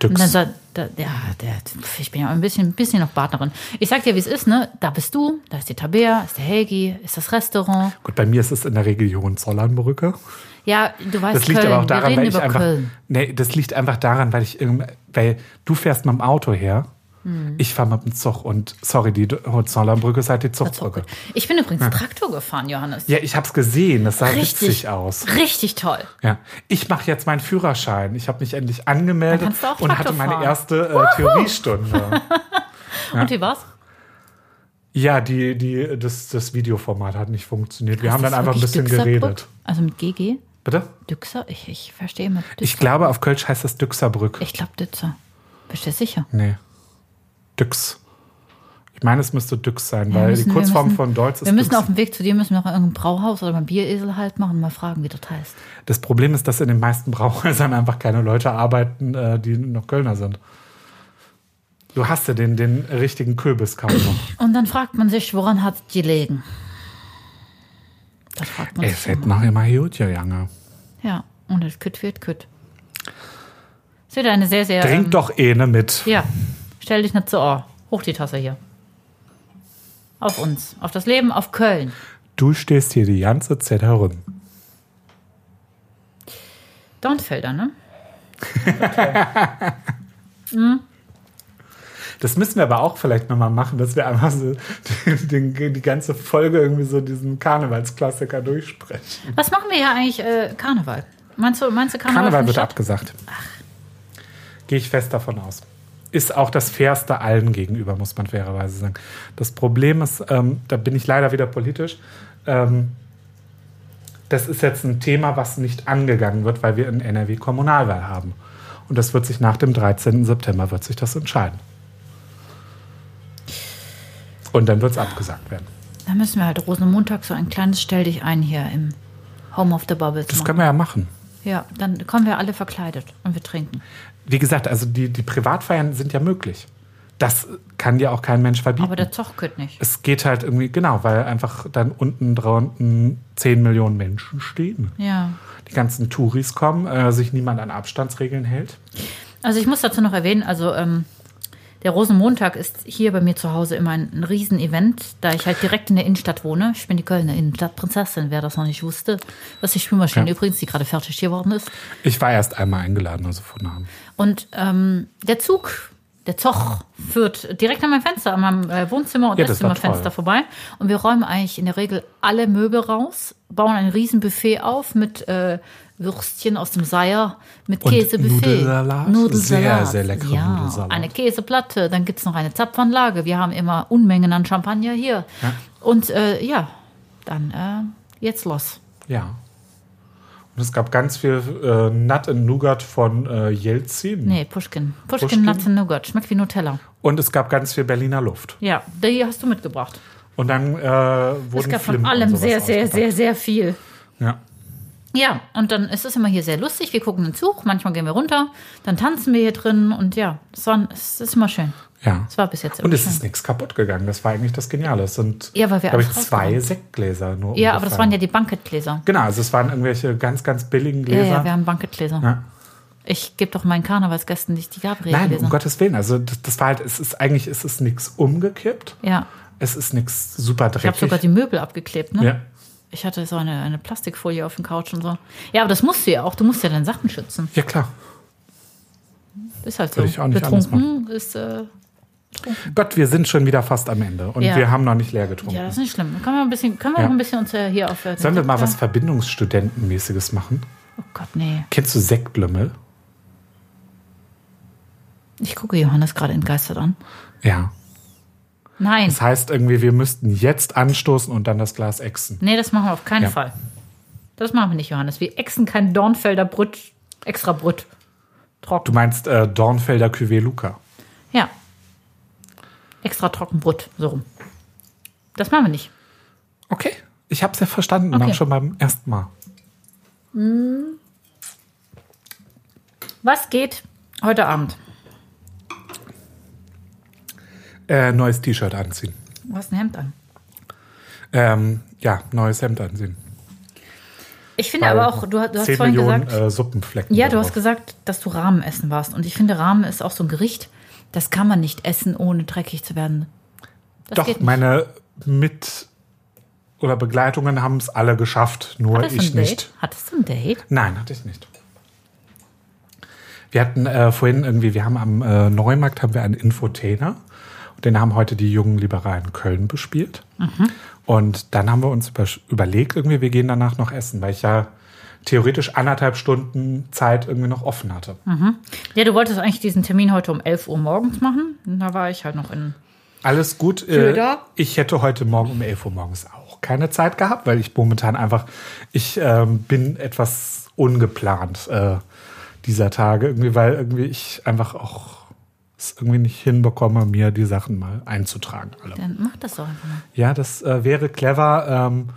Speaker 2: dann
Speaker 3: Dux.
Speaker 2: sagt, da, ja, der, pf, ich bin ja ein bisschen, ein bisschen noch Partnerin. Ich sag dir, wie es ist, ne? Da bist du, da ist die Tabea, ist der Helgi, ist das Restaurant.
Speaker 3: Gut, bei mir ist es in der Regel die Hohenzollernbrücke.
Speaker 2: Ja, du weißt
Speaker 3: Das liegt
Speaker 2: Köln.
Speaker 3: aber auch daran,
Speaker 2: Wir
Speaker 3: weil
Speaker 2: reden
Speaker 3: ich
Speaker 2: über
Speaker 3: einfach.
Speaker 2: Köln.
Speaker 3: Nee, das liegt einfach daran, weil ich irgendwie, weil du fährst mit dem Auto her.
Speaker 2: Hm.
Speaker 3: Ich fahre mit dem Zug und sorry, die Hohenzollernbrücke ist halt die Zugbrücke.
Speaker 2: Ich bin übrigens Traktor gefahren, Johannes.
Speaker 3: Ja, ich hab's gesehen, das sah
Speaker 2: Richtig.
Speaker 3: witzig aus.
Speaker 2: Richtig toll.
Speaker 3: Ja, ich mache jetzt meinen Führerschein. Ich habe mich endlich
Speaker 2: Dann
Speaker 3: angemeldet
Speaker 2: kannst du auch
Speaker 3: und
Speaker 2: Traktor
Speaker 3: hatte meine
Speaker 2: fahren.
Speaker 3: erste äh, Theoriestunde.
Speaker 2: Und wie war's?
Speaker 3: ja, die, die, das, das Videoformat hat nicht funktioniert. Wir haben
Speaker 2: Ist
Speaker 3: dann
Speaker 2: das
Speaker 3: einfach ein
Speaker 2: wirklich
Speaker 3: bisschen
Speaker 2: Düxerbrück?
Speaker 3: geredet.
Speaker 2: Also mit GG?
Speaker 3: Bitte?
Speaker 2: Düxer? Ich, ich verstehe immer.
Speaker 3: Ich glaube, auf Kölsch heißt das Düxerbrück.
Speaker 2: Ich glaube Dützer. Bist du sicher?
Speaker 3: nee. Düx. Ich meine, es müsste Düx sein, weil
Speaker 2: Wir müssen-
Speaker 3: die
Speaker 2: wir
Speaker 3: Kurzform
Speaker 2: müssen-
Speaker 3: von Deutsch ist
Speaker 2: Wir müssen
Speaker 3: Düx.
Speaker 2: auf dem Weg zu dir müssen wir noch in irgendein Brauhaus oder beim Bieresel halt machen und mal fragen, wie das heißt.
Speaker 3: Das Problem ist, dass in den meisten Brauhäusern einfach keine Leute arbeiten, äh, die noch Kölner sind. Du hast ja den, den richtigen Kürbis kaum noch.
Speaker 2: Und dann fragt man sich, woran hat es gelegen? Das fragt man
Speaker 3: Es
Speaker 2: sich.
Speaker 3: hätte noch immer gut gegangen.
Speaker 2: Ja, und das Kütt wird Kütt. Ist wieder eine sehr, sehr.
Speaker 3: Trink doch eine mit.
Speaker 2: Ja, stell dich nicht so an. Hoch die Tasse hier. Auf uns, auf das Leben, auf Köln.
Speaker 3: Du stehst hier die ganze Zeit herum.
Speaker 2: Dornfelder, ne?
Speaker 3: Das müssen wir aber auch vielleicht nochmal machen, dass wir einfach so den, den, die ganze Folge irgendwie so diesen Karnevalsklassiker durchsprechen.
Speaker 2: Was machen wir hier eigentlich? Äh, Karneval. Meinst du, meinst du Karneval?
Speaker 3: Karneval
Speaker 2: findet
Speaker 3: wird
Speaker 2: statt?
Speaker 3: abgesagt. Gehe ich fest davon aus. Ist auch das Fairste allen gegenüber, muss man fairerweise sagen. Das Problem ist, ähm, da bin ich leider wieder politisch, ähm, das ist jetzt ein Thema, was nicht angegangen wird, weil wir in NRW Kommunalwahl haben. Und das wird sich nach dem 13. September wird sich das entscheiden. Und dann wird es abgesagt werden.
Speaker 2: Da müssen wir halt Rosenmontag so ein kleines Stell dich ein hier im Home of the Bubbles.
Speaker 3: Das
Speaker 2: machen.
Speaker 3: können wir ja machen.
Speaker 2: Ja, dann kommen wir alle verkleidet und wir trinken.
Speaker 3: Wie gesagt, also die, die Privatfeiern sind ja möglich. Das kann dir auch kein Mensch verbieten.
Speaker 2: Aber der Zoch könnte nicht.
Speaker 3: es geht halt irgendwie, genau, weil einfach dann unten drunten 10 Millionen Menschen stehen.
Speaker 2: Ja.
Speaker 3: Die ganzen Touris kommen, äh, sich niemand an Abstandsregeln hält.
Speaker 2: Also ich muss dazu noch erwähnen, also ähm, der Rosenmontag ist hier bei mir zu Hause immer ein, ein Riesenevent, da ich halt direkt in der Innenstadt wohne. Ich bin die Kölner Innenstadtprinzessin, wer das noch nicht wusste. Das ist die Spülmaschine
Speaker 3: Ja.
Speaker 2: übrigens, die gerade fertig geworden ist.
Speaker 3: Ich war erst einmal eingeladen, also von Namen.
Speaker 2: Und ähm, der Zug, der Zoch, führt direkt an meinem Fenster, an meinem äh, Wohnzimmer und
Speaker 3: Ja, das war
Speaker 2: Esszimmerfenster
Speaker 3: toll.
Speaker 2: vorbei. Und wir räumen eigentlich in der Regel alle Möbel raus, bauen ein Riesenbuffet auf mit äh, Würstchen aus dem Seier, mit
Speaker 3: Und
Speaker 2: Käsebuffet.
Speaker 3: Nudelsalat.
Speaker 2: Nudelsalat.
Speaker 3: Sehr, sehr leckeren
Speaker 2: ja,
Speaker 3: Nudelsalat.
Speaker 2: Eine Käseplatte, dann gibt's noch eine Zapfanlage. Wir haben immer Unmengen an Champagner hier. Und äh, ja, dann äh, jetzt los.
Speaker 3: Ja. Und es gab ganz viel äh, Nut and Nougat von äh, Jelzin.
Speaker 2: Nee, Pushkin. Pushkin,
Speaker 3: Pushkin?
Speaker 2: Pushkin? Nuts and Nougat. Schmeckt wie Nutella.
Speaker 3: Und es gab ganz viel Berliner Luft.
Speaker 2: Ja, die hast du mitgebracht.
Speaker 3: Und dann äh, wurden
Speaker 2: Es gab von
Speaker 3: Flimmen und
Speaker 2: allem
Speaker 3: sowas
Speaker 2: sehr, sehr,
Speaker 3: ausgepackt.
Speaker 2: sehr, sehr viel.
Speaker 3: Ja.
Speaker 2: Ja, und dann ist es immer hier sehr lustig. Wir gucken den Zug, manchmal gehen wir runter, dann tanzen wir hier drin und ja, es, war, es ist immer schön.
Speaker 3: ja.
Speaker 2: Es war bis jetzt immer
Speaker 3: Und es
Speaker 2: schön.
Speaker 3: ist nichts kaputt gegangen. Das war eigentlich das Geniale. Es sind,
Speaker 2: Ja, weil wir
Speaker 3: glaube ich,
Speaker 2: alles
Speaker 3: zwei
Speaker 2: rausgeräumt.
Speaker 3: Sektgläser nur.
Speaker 2: ja, aber das waren
Speaker 3: umgefallen.
Speaker 2: ja die Banketgläser.
Speaker 3: Genau, also es waren irgendwelche ganz, ganz billigen
Speaker 2: Ja,
Speaker 3: Gläser.
Speaker 2: ja, wir haben Banketgläser.
Speaker 3: Ja.
Speaker 2: Ich gebe doch meinen Karnevalsgästen nicht die Gabriel.
Speaker 3: Nein, um Gottes Willen. Also das, das war halt, es ist eigentlich, es ist nichts umgekippt.
Speaker 2: Ja,
Speaker 3: Es ist nichts super
Speaker 2: ich habe
Speaker 3: dreckig.
Speaker 2: sogar die Möbel abgeklebt, ne?
Speaker 3: ja.
Speaker 2: Ich hatte so eine, eine Plastikfolie auf dem Couch und so. Ja, aber das musst du ja auch. Du musst ja deine Sachen schützen.
Speaker 3: ja, klar.
Speaker 2: Ist halt so.
Speaker 3: Würde ich auch nicht anders
Speaker 2: Betrunken ist, äh,
Speaker 3: Gott, wir sind schon wieder fast am Ende und
Speaker 2: Ja.
Speaker 3: wir haben noch nicht leer getrunken.
Speaker 2: ja, das ist nicht schlimm. Können wir ein bisschen, können wir
Speaker 3: Oh. Ja.
Speaker 2: auch ein bisschen uns äh, hier auf. äh, den
Speaker 3: Sollen wir mal
Speaker 2: Sektor-
Speaker 3: was Verbindungsstudentenmäßiges machen?
Speaker 2: Oh Gott, nee.
Speaker 3: Kennst du Sektblümmel?
Speaker 2: Ich gucke Johannes gerade entgeistert an.
Speaker 3: Ja.
Speaker 2: Nein.
Speaker 3: Das heißt irgendwie, wir müssten jetzt anstoßen und dann das Glas ächzen.
Speaker 2: nee, das machen wir auf keinen
Speaker 3: Ja.
Speaker 2: Fall. Das machen wir nicht, Johannes. Wir exen kein Dornfelder Brüt, extra Brüt.
Speaker 3: Du
Speaker 2: Trocken.
Speaker 3: meinst äh, Dornfelder Cuvée Luca.
Speaker 2: Ja. Extra trocken Brüt, so rum. Das machen wir nicht.
Speaker 3: Okay. Ich habe es ja verstanden,
Speaker 2: Okay.
Speaker 3: auch schon beim ersten Mal.
Speaker 2: Was geht heute Abend?
Speaker 3: Äh, neues T-Shirt anziehen.
Speaker 2: Du hast ein Hemd an.
Speaker 3: Ähm, ja, neues Hemd anziehen.
Speaker 2: Ich finde aber auch, du, du hast
Speaker 3: 10
Speaker 2: vorhin
Speaker 3: Millionen,
Speaker 2: gesagt.
Speaker 3: äh, Suppenflecken.
Speaker 2: Ja,
Speaker 3: da
Speaker 2: du hast
Speaker 3: drauf.
Speaker 2: gesagt, dass du Rahmen essen warst. Und ich finde, Rahmen ist auch so ein Gericht, das kann man nicht essen, ohne dreckig zu werden. Das
Speaker 3: Doch,
Speaker 2: geht nicht.
Speaker 3: meine Mit- oder Begleitungen haben es alle geschafft, nur
Speaker 2: Hattest du ein
Speaker 3: ich
Speaker 2: Date?
Speaker 3: nicht.
Speaker 2: Hattest du ein Date?
Speaker 3: Nein, hatte ich nicht. Wir hatten äh, vorhin irgendwie, wir haben am äh, Neumarkt haben wir einen Infotainer. Und den haben heute die jungen Liberalen Köln bespielt.
Speaker 2: Mhm.
Speaker 3: Und dann haben wir uns über, überlegt, irgendwie, wir gehen danach noch essen, weil ich ja theoretisch anderthalb Stunden Zeit irgendwie noch offen hatte.
Speaker 2: Ja, du wolltest eigentlich diesen Termin heute um 11 Uhr morgens machen. Und Da war ich halt noch in.
Speaker 3: Alles gut. Äh,
Speaker 2: Köder?
Speaker 3: ich hätte heute Morgen um 11 Uhr morgens auch keine Zeit gehabt, weil ich momentan einfach, ich ähm, bin etwas ungeplant äh, dieser Tage irgendwie, weil irgendwie ich einfach auch es irgendwie nicht hinbekomme, mir die Sachen mal einzutragen. Alle.
Speaker 2: Dann mach das doch einfach mal.
Speaker 3: Ja, das äh, wäre clever. Ähm,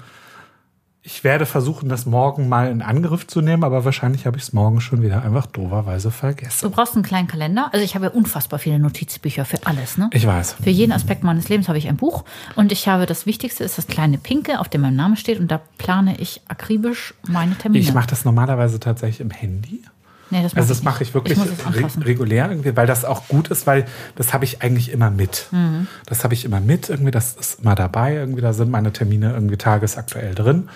Speaker 3: ich werde versuchen, das morgen mal in Angriff zu nehmen, aber wahrscheinlich habe ich es morgen schon wieder einfach dooferweise vergessen.
Speaker 2: Du brauchst einen kleinen Kalender. Also, ich habe ja unfassbar viele Notizbücher für alles, ne?
Speaker 3: Ich weiß.
Speaker 2: Für jeden Aspekt meines Lebens habe ich ein Buch. Und ich habe das Wichtigste ist das kleine Pinke, auf dem mein Name steht. Und da plane ich akribisch meine Termine.
Speaker 3: Ich mache das normalerweise tatsächlich im Handy.
Speaker 2: Nee, das mach
Speaker 3: Also das
Speaker 2: ich
Speaker 3: mache
Speaker 2: nicht.
Speaker 3: ich wirklich
Speaker 2: Ich muss es
Speaker 3: re-
Speaker 2: anfassen.
Speaker 3: regulär irgendwie, weil das auch gut ist, weil das habe ich eigentlich immer mit.
Speaker 2: Mhm.
Speaker 3: Das habe ich immer mit irgendwie, das ist immer dabei irgendwie, da sind meine Termine irgendwie tagesaktuell drin.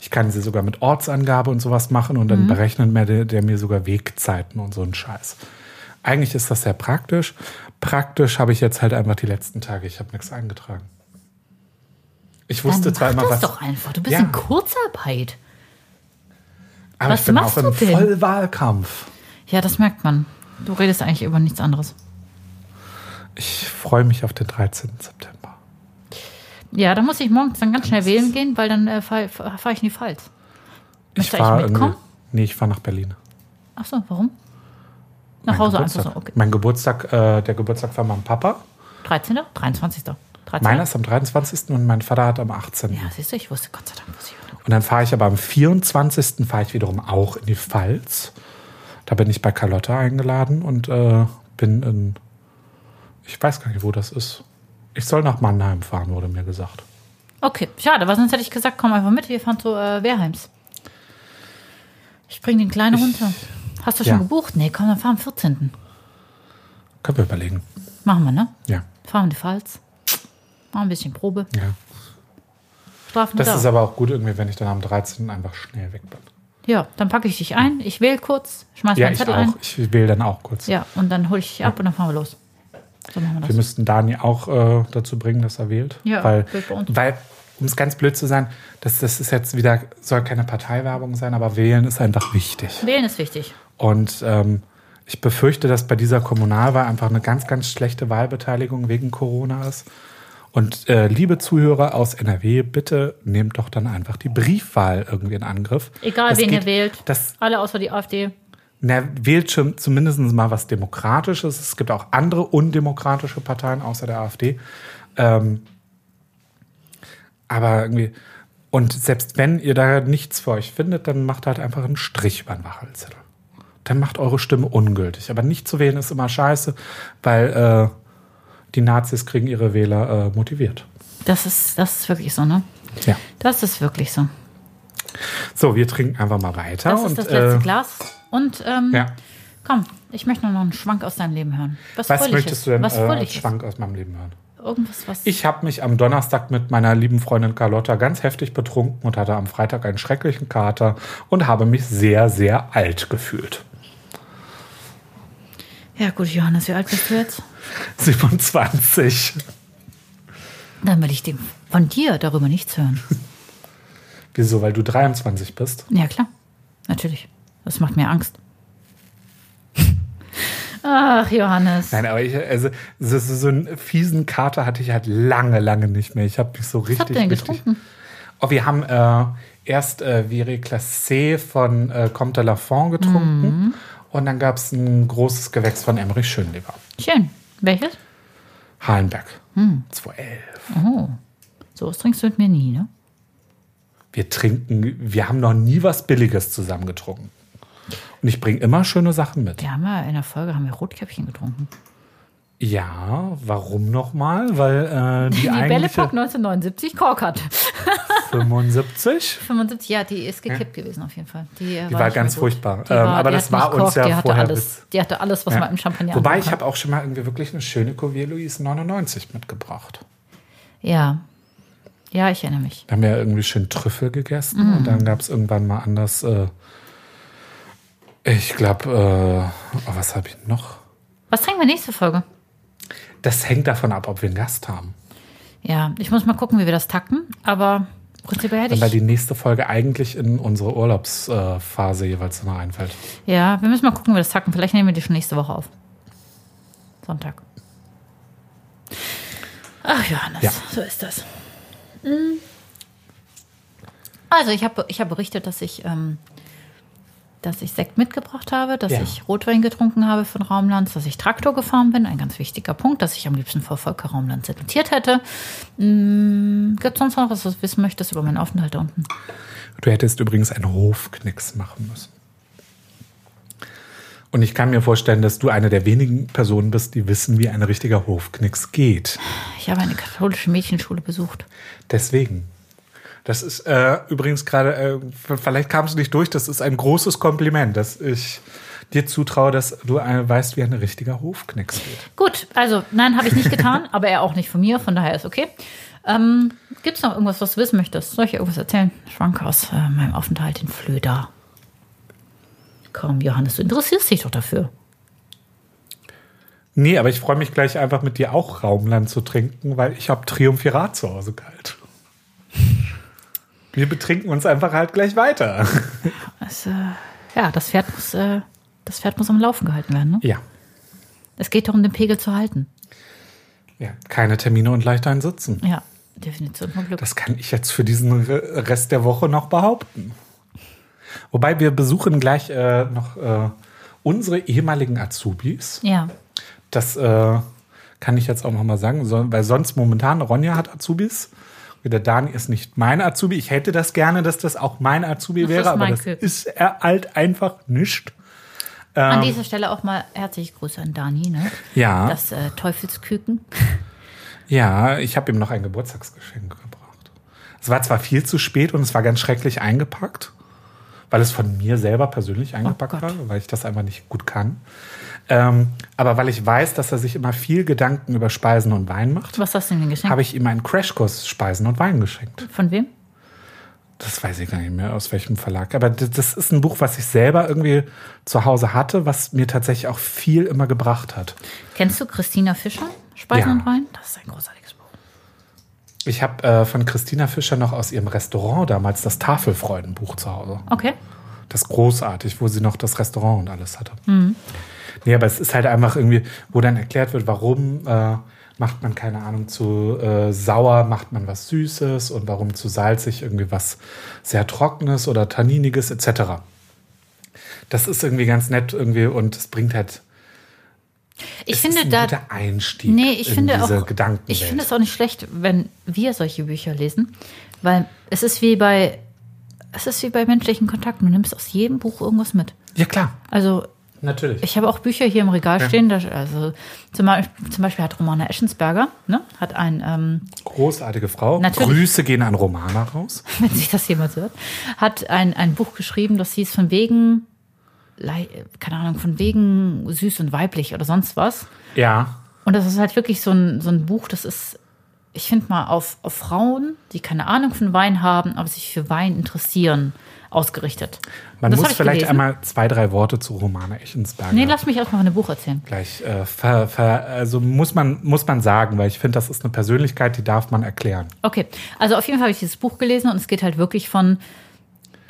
Speaker 3: Ich kann sie sogar mit Ortsangabe und sowas machen und dann
Speaker 2: Mhm.
Speaker 3: berechnet mir der, der mir sogar Wegzeiten und so einen Scheiß. Eigentlich ist das sehr praktisch. Praktisch habe ich jetzt halt einfach die letzten Tage, ich habe nichts eingetragen. Ich wusste
Speaker 2: Dann
Speaker 3: zwar
Speaker 2: mach
Speaker 3: immer
Speaker 2: das
Speaker 3: was,
Speaker 2: doch einfach. Du bist
Speaker 3: Ja.
Speaker 2: in Kurzarbeit.
Speaker 3: aber
Speaker 2: Was
Speaker 3: ich bin
Speaker 2: machst
Speaker 3: auch im
Speaker 2: du denn?
Speaker 3: Vollwahlkampf.
Speaker 2: Ja, das merkt man. Du redest eigentlich über nichts anderes.
Speaker 3: Ich freue mich auf den 13. September.
Speaker 2: Ja, da muss ich morgens dann ganz schnell wählen gehen, weil dann äh, fahre fahr ich in die Pfalz. Möchtest du
Speaker 3: fahr
Speaker 2: eigentlich mitkommen?
Speaker 3: irgendwie- Nee, ich fahre nach Berlin.
Speaker 2: Ach so, warum? Nach
Speaker 3: Mein
Speaker 2: Hause einfach
Speaker 3: Geburtstag.
Speaker 2: so. Okay.
Speaker 3: Mein Geburtstag, äh, der Geburtstag von meinem Papa.
Speaker 2: 13. 23. 13.
Speaker 3: Meiner ist am 23. und mein Vater hat am 18.
Speaker 2: Ja, siehst du, ich wusste Gott sei Dank, was ich
Speaker 3: Und dann fahre ich aber am 24. fahre ich wiederum auch in die Pfalz. Da bin ich bei Carlotta eingeladen und äh, bin in. Ich weiß gar nicht, wo das ist. Ich soll nach Mannheim fahren, wurde mir gesagt.
Speaker 2: Okay, schade, weil sonst hätte ich gesagt, komm einfach mit, wir fahren zu äh, Wehrheims. Ich bringe den Kleinen runter. Hast du schon
Speaker 3: ja.
Speaker 2: gebucht? Nee, komm, dann fahren am 14.
Speaker 3: Können wir überlegen.
Speaker 2: Machen wir, ne?
Speaker 3: Ja.
Speaker 2: Fahren wir in die Pfalz. Machen ein bisschen Probe.
Speaker 3: ja.
Speaker 2: Strafen
Speaker 3: Das
Speaker 2: wir
Speaker 3: ist
Speaker 2: da.
Speaker 3: aber auch gut irgendwie, wenn ich dann am 13. einfach schnell weg bin.
Speaker 2: Ja, dann packe ich dich ein, ich wähle kurz, schmeiß
Speaker 3: Ja,
Speaker 2: meinen
Speaker 3: ich
Speaker 2: Zettel ein.
Speaker 3: auch. Ich will dann auch kurz.
Speaker 2: Ja, und dann hole ich dich ab und dann fahren wir los. So machen wir
Speaker 3: Wir
Speaker 2: das.
Speaker 3: müssten Dani auch äh, dazu bringen, dass er wählt.
Speaker 2: Ja,
Speaker 3: weil,
Speaker 2: wählt bei uns.
Speaker 3: weil um es ganz blöd zu sein, das, das ist jetzt wieder, soll keine Parteiwerbung sein, aber wählen ist einfach wichtig.
Speaker 2: Wählen ist wichtig.
Speaker 3: Und ähm, ich befürchte, dass bei dieser Kommunalwahl einfach eine ganz, ganz schlechte Wahlbeteiligung wegen Corona ist. Und äh, liebe Zuhörer aus NRW, bitte nehmt doch dann einfach die Briefwahl irgendwie in Angriff.
Speaker 2: Egal,
Speaker 3: Das
Speaker 2: wen ihr
Speaker 3: geht-
Speaker 2: wählt.
Speaker 3: Das,
Speaker 2: Alle außer die AfD.
Speaker 3: na, wählt schon zumindest mal was Demokratisches. Es gibt auch andere undemokratische Parteien außer der AfD. Ähm, Aber irgendwie. Und selbst wenn ihr da nichts für euch findet, dann macht halt einfach einen Strich über den Wachelzettel. Dann macht eure Stimme ungültig. Aber nicht zu wählen ist immer scheiße, weil äh, die Nazis kriegen ihre Wähler äh, motiviert.
Speaker 2: Das ist, das ist wirklich so, ne?
Speaker 3: Ja.
Speaker 2: Das ist wirklich so.
Speaker 3: So, wir trinken einfach mal weiter.
Speaker 2: Das
Speaker 3: und,
Speaker 2: ist das letzte
Speaker 3: äh,
Speaker 2: Glas. Und ähm,
Speaker 3: Ja.
Speaker 2: komm, ich möchte noch einen Schwank aus deinem Leben hören. Was,
Speaker 3: Was
Speaker 2: Fröhliches.
Speaker 3: möchtest du denn
Speaker 2: Was
Speaker 3: äh, als
Speaker 2: Fröhliches.
Speaker 3: Schwank aus meinem Leben hören?
Speaker 2: Irgendwas, was.
Speaker 3: Ich habe mich am Donnerstag mit meiner lieben Freundin Carlotta ganz heftig betrunken und hatte am Freitag einen schrecklichen Kater und habe mich sehr, sehr alt gefühlt.
Speaker 2: ja, gut, Johannes, wie alt bist du jetzt?
Speaker 3: 27.
Speaker 2: Dann will ich dem, von dir darüber nichts hören.
Speaker 3: Wieso? Weil du 23 bist?
Speaker 2: Ja, klar. Natürlich. Das macht mir Angst. Ach, Johannes.
Speaker 3: Nein, aber ich, also so, so so einen fiesen Kater hatte ich halt lange, lange nicht mehr. Ich habe mich so richtig.
Speaker 2: habt ihr denn
Speaker 3: richtig-
Speaker 2: getrunken?
Speaker 3: Oh, wir haben äh, erst äh, Vire Classé von äh, Comte de la Fond
Speaker 2: Mhm.
Speaker 3: getrunken und dann gab es ein großes Gewächs von Emmerich Schönleber.
Speaker 2: Schön. Welches?
Speaker 3: Hallenberg.
Speaker 2: Hm.
Speaker 3: 2011.
Speaker 2: Oh. So was trinkst du mit mir nie, ne?
Speaker 3: Wir trinken, wir haben noch nie was Billiges zusammen getrunken. Und ich bringe immer schöne Sachen mit.
Speaker 2: Wir haben ja in der Folge haben wir Rotkäppchen getrunken.
Speaker 3: Ja, warum nochmal? Weil äh, die,
Speaker 2: Die, Belle
Speaker 3: eigentliche
Speaker 2: Pop 1979 Korkert.
Speaker 3: 75
Speaker 2: 75, ja, die ist gekippt gewesen auf jeden Fall. Die, äh,
Speaker 3: Die war
Speaker 2: nicht
Speaker 3: ganz
Speaker 2: mehr gut.
Speaker 3: furchtbar.
Speaker 2: Die
Speaker 3: Ähm,
Speaker 2: war-
Speaker 3: aber
Speaker 2: die
Speaker 3: das
Speaker 2: hat
Speaker 3: war
Speaker 2: nicht
Speaker 3: uns
Speaker 2: gekocht,
Speaker 3: ja
Speaker 2: die hatte
Speaker 3: vorher
Speaker 2: alles, Die hatte alles, was
Speaker 3: Ja.
Speaker 2: man im Champagner
Speaker 3: Wobei
Speaker 2: anbauen
Speaker 3: ich habe auch schon mal irgendwie wirklich eine schöne Cuvée Louise 99 mitgebracht.
Speaker 2: kann. Ja. Ja, ich erinnere mich.
Speaker 3: Wir haben ja irgendwie schön Trüffel gegessen
Speaker 2: Mhm.
Speaker 3: und dann gab es irgendwann mal anders. Äh, ich glaube, äh, oh, was habe ich noch?
Speaker 2: Was trinken wir nächste Folge?
Speaker 3: Das hängt davon ab, ob wir einen Gast haben.
Speaker 2: Ja, ich muss mal gucken, wie wir das takten, aber prinzipiell hätte
Speaker 3: Weil
Speaker 2: ich.
Speaker 3: die nächste Folge eigentlich in unsere Urlaubsphase äh, Phase jeweils noch einfällt.
Speaker 2: Ja, wir müssen mal gucken, wie wir das takten. Vielleicht nehmen wir die schon nächste Woche auf. Sonntag. Ach, Johannes,
Speaker 3: Ja.
Speaker 2: so ist das. Mm. Also, ich habe ich hab berichtet, dass ich, ähm, dass ich Sekt mitgebracht habe, dass
Speaker 3: Ja.
Speaker 2: ich Rotwein getrunken habe von Raumlands, dass ich Traktor gefahren bin, ein ganz wichtiger Punkt, dass ich am liebsten vor Volker Raumlands sedentiert hätte. Mm, Gibt es sonst noch was, was du wissen möchtest über meinen Aufenthalt da unten?
Speaker 3: Du hättest übrigens einen Hofknicks machen müssen. Und ich kann mir vorstellen, dass du eine der wenigen Personen bist, die wissen, wie ein richtiger Hofknicks geht.
Speaker 2: Ich habe eine katholische Mädchenschule besucht.
Speaker 3: Deswegen. Das ist äh, übrigens gerade, äh, v- vielleicht kam es nicht durch, das ist ein großes Kompliment, dass ich dir zutraue, dass du äh, weißt, wie ein richtiger Hofknicks geht.
Speaker 2: Gut, also nein, habe ich nicht getan, aber er auch nicht von mir, von daher ist okay. Ähm, Gibt es noch irgendwas, was du wissen möchtest? Soll ich dir irgendwas erzählen? Schwank aus äh, meinem Aufenthalt in Flöda. Komm, Johannes, du interessierst dich doch dafür.
Speaker 3: Nee, aber ich freue mich gleich einfach mit dir auch Raumland zu trinken, weil ich habe Triumvirat zu Hause kalt. Wir betrinken uns einfach halt gleich weiter.
Speaker 2: Das, äh, ja, das Pferd, muss, äh, das Pferd muss am Laufen gehalten werden. Ne?
Speaker 3: Ja.
Speaker 2: Es geht darum, den Pegel zu halten.
Speaker 3: Ja, keine Termine und leicht einsitzen.
Speaker 2: Ja, Definition von Glück.
Speaker 3: Das kann ich jetzt für diesen Re- Rest der Woche noch behaupten. Wobei wir besuchen gleich äh, noch äh, unsere ehemaligen Azubis.
Speaker 2: ja,
Speaker 3: Das äh, kann ich jetzt auch noch mal sagen, so, weil sonst momentan Ronja hat Azubis. Der Dani ist nicht mein Azubi. Ich hätte das gerne, dass das auch mein Azubi
Speaker 2: Das ist
Speaker 3: wäre, aber
Speaker 2: mein
Speaker 3: das
Speaker 2: Glück.
Speaker 3: ist er halt einfach nicht.
Speaker 2: an dieser Stelle auch mal herzliche Grüße an Dani, ne?
Speaker 3: Ähm. Ja,
Speaker 2: das äh, Teufelsküken.
Speaker 3: ja, ich habe ihm noch ein Geburtstagsgeschenk gebracht. Es war zwar viel zu spät und es war ganz schrecklich eingepackt, weil es von mir selber persönlich eingepackt
Speaker 2: Oh Gott.
Speaker 3: war, weil ich das einfach nicht gut kann. Ähm, aber weil ich weiß, dass er sich immer viel Gedanken über Speisen und Wein macht,
Speaker 2: Was hast du denn geschenkt?
Speaker 3: habe ich ihm einen Crashkurs Speisen und Wein geschenkt.
Speaker 2: Von wem?
Speaker 3: Das weiß ich gar nicht mehr, aus welchem Verlag. Aber d- das ist ein Buch, was ich selber irgendwie zu Hause hatte, was mir tatsächlich auch viel immer gebracht hat.
Speaker 2: Kennst du Christina Fischer? Speisen
Speaker 3: Ja.
Speaker 2: und Wein? Das ist ein großartiges Buch.
Speaker 3: Ich habe äh, von Christina Fischer noch aus ihrem Restaurant damals das Tafelfreudenbuch zu Hause.
Speaker 2: Okay.
Speaker 3: Das ist großartig, wo sie noch das Restaurant und alles hatte.
Speaker 2: Mhm.
Speaker 3: Nee, aber es ist halt einfach irgendwie, wo dann erklärt wird, warum äh, macht man, keine Ahnung, zu äh, sauer macht man was Süßes und warum zu salzig irgendwie was sehr Trockenes oder Tanniniges etc. Das ist irgendwie ganz nett irgendwie und es bringt halt
Speaker 2: Ich
Speaker 3: es
Speaker 2: finde
Speaker 3: ist ein
Speaker 2: da.
Speaker 3: guter Einstieg
Speaker 2: Nee, ich
Speaker 3: in
Speaker 2: finde
Speaker 3: diese
Speaker 2: auch.
Speaker 3: Gedanken.
Speaker 2: Ich finde es auch nicht schlecht, wenn wir solche Bücher lesen, weil es ist wie bei. Es ist wie bei menschlichen Kontakten. Du nimmst aus jedem Buch irgendwas mit.
Speaker 3: ja klar,
Speaker 2: Also
Speaker 3: natürlich.
Speaker 2: Ich habe auch Bücher hier im Regal stehen. Da, also zum, Beispiel- zum Beispiel hat Romana Eschensberger, ne, hat ein, ähm,
Speaker 3: Großartige Frau.
Speaker 2: Natürlich.
Speaker 3: Grüße gehen an Romana raus.
Speaker 2: wenn sich das jemand hört, hat ein, ein Buch geschrieben, das hieß von wegen, Lei- keine Ahnung, von wegen süß und weiblich oder sonst was.
Speaker 3: Ja.
Speaker 2: Und das ist halt wirklich so ein, so ein Buch, das ist, ich finde mal, auf, auf Frauen, die keine Ahnung von Wein haben, aber sich für Wein interessieren, ausgerichtet.
Speaker 3: Man
Speaker 2: Das hab
Speaker 3: muss
Speaker 2: ich
Speaker 3: vielleicht
Speaker 2: gelesen.
Speaker 3: einmal zwei, drei Worte zu Romana Echensberger
Speaker 2: Nee, lass mich erstmal von dem Buch erzählen.
Speaker 3: gleich äh, ver, ver, also muss man, muss man sagen, weil ich finde, das ist eine Persönlichkeit, die darf man erklären.
Speaker 2: Okay, also auf jeden Fall habe ich dieses Buch gelesen und es geht halt wirklich von,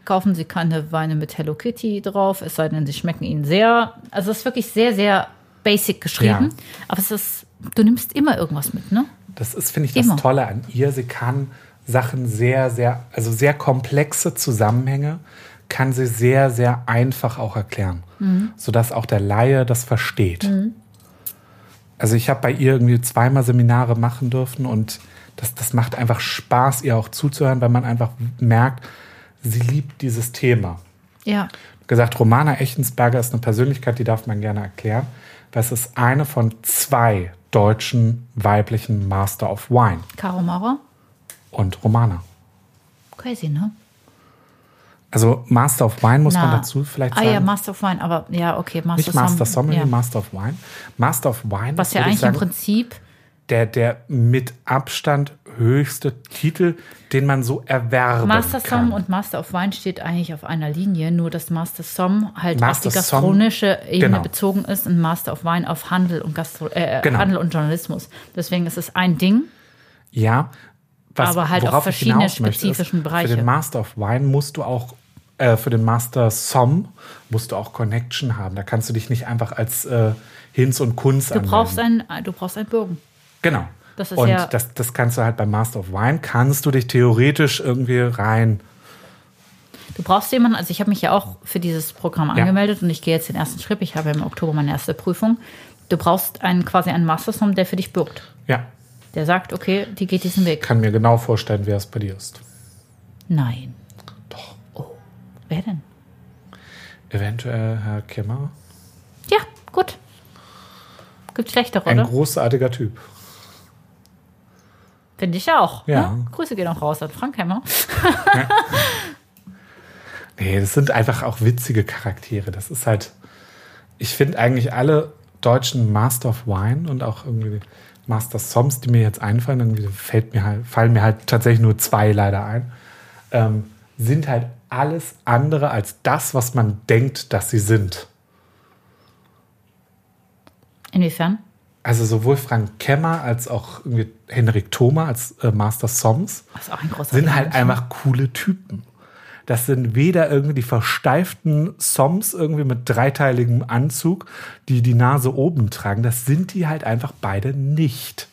Speaker 2: kaufen Sie keine Weine mit Hello Kitty drauf, es sei denn, sie schmecken Ihnen sehr. Also es ist wirklich sehr, sehr basic geschrieben,
Speaker 3: Ja.
Speaker 2: aber es ist, du nimmst immer irgendwas mit, ne?
Speaker 3: Das ist, finde ich, das
Speaker 2: Immer.
Speaker 3: Tolle an ihr. Sie kann Sachen sehr, sehr, also sehr komplexe Zusammenhänge, kann sie sehr, sehr einfach auch erklären, sodass auch der Laie das versteht. Also ich habe bei ihr irgendwie zweimal Seminare machen dürfen und das, das macht einfach Spaß, ihr auch zuzuhören, weil man einfach merkt, sie liebt dieses Thema.
Speaker 2: Ja.
Speaker 3: gesagt, Romana Echtensberger ist eine Persönlichkeit, die darf man gerne erklären. Das ist eine von zwei deutschen weiblichen Master of Wine
Speaker 2: Caro Maurer,
Speaker 3: und Romana.
Speaker 2: crazy, ne?
Speaker 3: Also Master of Wine muss man
Speaker 2: Na.
Speaker 3: dazu vielleicht
Speaker 2: ah,
Speaker 3: sagen.
Speaker 2: ja, Master of Wine, aber ja, okay, Master
Speaker 3: nicht Master Sommelier,
Speaker 2: ja.
Speaker 3: Master of Wine. Master of Wine
Speaker 2: Was
Speaker 3: ist,
Speaker 2: ja
Speaker 3: würde ich
Speaker 2: eigentlich im
Speaker 3: sagen,
Speaker 2: Prinzip,
Speaker 3: der, der mit Abstand höchste Titel, den man so erwerben
Speaker 2: Master
Speaker 3: kann.
Speaker 2: Som und Master of Wine steht eigentlich auf einer Linie, nur dass Master Som halt
Speaker 3: Master
Speaker 2: auf die
Speaker 3: Som-
Speaker 2: gastronomische Ebene
Speaker 3: genau.
Speaker 2: bezogen ist und Master of Wine auf Handel und Gastro äh,
Speaker 3: Genau.
Speaker 2: Handel und Journalismus. Deswegen ist es ein Ding.
Speaker 3: Ja, was,
Speaker 2: Aber halt auf
Speaker 3: worauf ich
Speaker 2: verschiedene
Speaker 3: hinaus möchte, ist,
Speaker 2: spezifischen
Speaker 3: Für
Speaker 2: Bereiche.
Speaker 3: den Master of Wine musst du auch, äh, für den Master Som musst du auch Connection haben. Da kannst du dich nicht einfach als äh, Hinz und Kunz
Speaker 2: Du brauchst einen, äh, du brauchst einen Bürgen.
Speaker 3: Genau.
Speaker 2: Das ist
Speaker 3: und
Speaker 2: ja-
Speaker 3: das, das kannst du halt beim Master of Wine, kannst du dich theoretisch irgendwie rein.
Speaker 2: Du brauchst jemanden, also ich habe mich ja auch für dieses Programm
Speaker 3: Ja.
Speaker 2: angemeldet und ich gehe jetzt den ersten Schritt. Ich habe im Oktober meine erste Prüfung. Du brauchst einen quasi einen Master Som, der für dich bürgt.
Speaker 3: Ja,
Speaker 2: Der sagt, okay, die geht diesen Weg.
Speaker 3: kann mir genau vorstellen, wer es bei dir ist.
Speaker 2: Nein.
Speaker 3: Doch.
Speaker 2: Oh. Wer denn?
Speaker 3: Eventuell Herr Kimmer.
Speaker 2: Ja, gut. Gibt schlechtere,
Speaker 3: Ein
Speaker 2: oder?
Speaker 3: großartiger Typ.
Speaker 2: Finde ich ja auch.
Speaker 3: Ja.
Speaker 2: Ne? Grüße gehen auch raus an Frank Hemmer.
Speaker 3: Nee, das sind einfach auch witzige Charaktere. Das ist halt, ich finde eigentlich alle deutschen Master of Wine und auch irgendwie die Master Soms, die mir jetzt einfallen, irgendwie fällt mir halt, fallen mir halt tatsächlich nur zwei leider ein, ähm, sind halt alles andere als das, was man denkt, dass sie sind.
Speaker 2: Inwiefern?
Speaker 3: Also sowohl Frank Kemmer als auch irgendwie Henrik Thoma als äh, Master Soms
Speaker 2: Das ist auch ein großer
Speaker 3: sind halt einfach coole Typen. Das sind weder irgendwie die versteiften Soms irgendwie mit dreiteiligem Anzug, die die Nase oben tragen. Das sind die halt einfach beide nicht.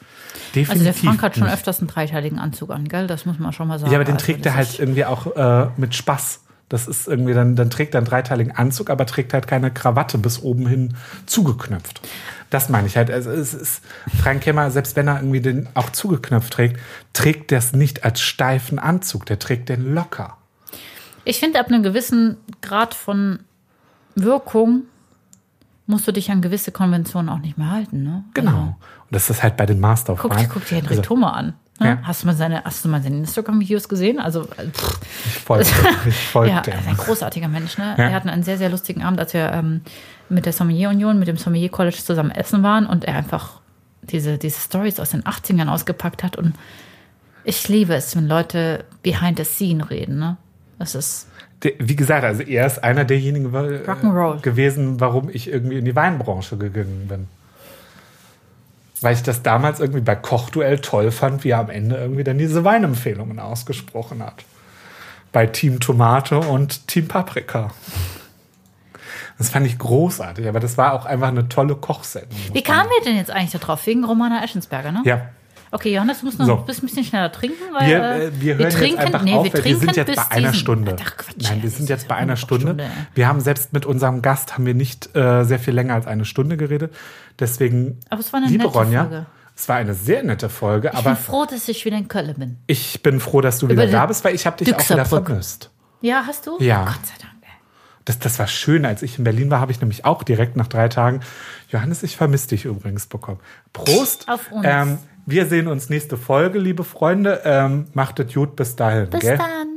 Speaker 3: Definitiv
Speaker 2: Also der Frank hat schon
Speaker 3: nicht.
Speaker 2: öfters einen dreiteiligen Anzug an, gell? Das muss man schon mal sagen.
Speaker 3: Ja, aber den
Speaker 2: Also
Speaker 3: trägt
Speaker 2: das
Speaker 3: er halt
Speaker 2: ist-
Speaker 3: irgendwie auch äh, mit Spaß. Das ist irgendwie, dann, dann trägt er einen dreiteiligen Anzug, aber trägt halt keine Krawatte bis oben hin zugeknöpft. Das meine ich halt. Also es ist, Frank Kemmer, selbst wenn er irgendwie den auch zugeknöpft trägt, trägt der es nicht als steifen Anzug, der trägt den locker.
Speaker 2: Ich finde, ab einem gewissen Grad von Wirkung musst du dich an gewisse Konventionen auch nicht mehr halten, ne?
Speaker 3: Genau.
Speaker 2: Also,
Speaker 3: Und das ist halt bei den Master of
Speaker 2: guck, dir,
Speaker 3: Wine.
Speaker 2: guck dir Henrik
Speaker 3: Also,
Speaker 2: Thoma an. Ne?
Speaker 3: Ja.
Speaker 2: Hast, du mal seine, hast du mal seine Instagram-Videos gesehen? Also, pff,
Speaker 3: ich folgte, ich folgte
Speaker 2: ja, er
Speaker 3: ihm.
Speaker 2: ist ein großartiger Mensch. Ne?
Speaker 3: Ja.
Speaker 2: Wir hatten einen sehr, sehr lustigen Abend, als wir ähm, mit der Sommelier-Union, mit dem Sommelier-College zusammen essen waren und er einfach diese, diese Stories aus den 80ern ausgepackt hat. Und ich liebe es, wenn Leute behind the scene reden. Ne? Das ist,
Speaker 3: Der- Wie gesagt, also er ist einer derjenigen wa- äh,
Speaker 2: Rock'n'Roll.
Speaker 3: gewesen, warum ich irgendwie in die Weinbranche gegangen bin. Weil ich das damals irgendwie bei Kochduell toll fand, wie er am Ende irgendwie dann diese Weinempfehlungen ausgesprochen hat. Bei Team Tomate und Team Paprika. Das fand ich großartig, aber das war auch einfach eine tolle Kochsendung.
Speaker 2: wie kamen wir denn jetzt eigentlich darauf? Wegen Romana Eschensberger, ne?
Speaker 3: Ja,
Speaker 2: Okay, Johannes, du musst noch
Speaker 3: So.
Speaker 2: ein bisschen bisschen schneller trinken, weil
Speaker 3: Wir, äh, wir hören jetzt einfach auf, weil wir sind jetzt bei einer
Speaker 2: diesen-
Speaker 3: Stunde.
Speaker 2: Ach, Quatsch,
Speaker 3: Nein, wir
Speaker 2: das
Speaker 3: sind
Speaker 2: ist
Speaker 3: jetzt bei
Speaker 2: ja
Speaker 3: einer
Speaker 2: eine
Speaker 3: Stunde.
Speaker 2: ey.
Speaker 3: Wir haben selbst mit unserem Gast haben wir nicht äh, sehr viel länger als eine Stunde geredet. Deswegen,
Speaker 2: Aber es war eine
Speaker 3: liebe
Speaker 2: nette
Speaker 3: Ronja,
Speaker 2: Folge.
Speaker 3: es war eine sehr nette Folge,
Speaker 2: Ich
Speaker 3: aber
Speaker 2: bin froh, dass ich wieder in Köln bin.
Speaker 3: ich bin froh, dass du wieder
Speaker 2: die
Speaker 3: da bist, weil ich habe dich auch wieder
Speaker 2: Düxerbrücke.
Speaker 3: vermisst.
Speaker 2: Ja, hast du?
Speaker 3: Ja.
Speaker 2: Gott sei Dank. ey.
Speaker 3: Das, das war schön. Als ich in Berlin war, habe ich nämlich auch direkt nach drei Tagen, Johannes, ich vermisse dich übrigens bekommen. Prost!
Speaker 2: Auf uns.
Speaker 3: Ähm, wir sehen uns nächste Folge, liebe Freunde. Ähm, macht es gut bis dahin.
Speaker 2: Bis
Speaker 3: gell?
Speaker 2: dann.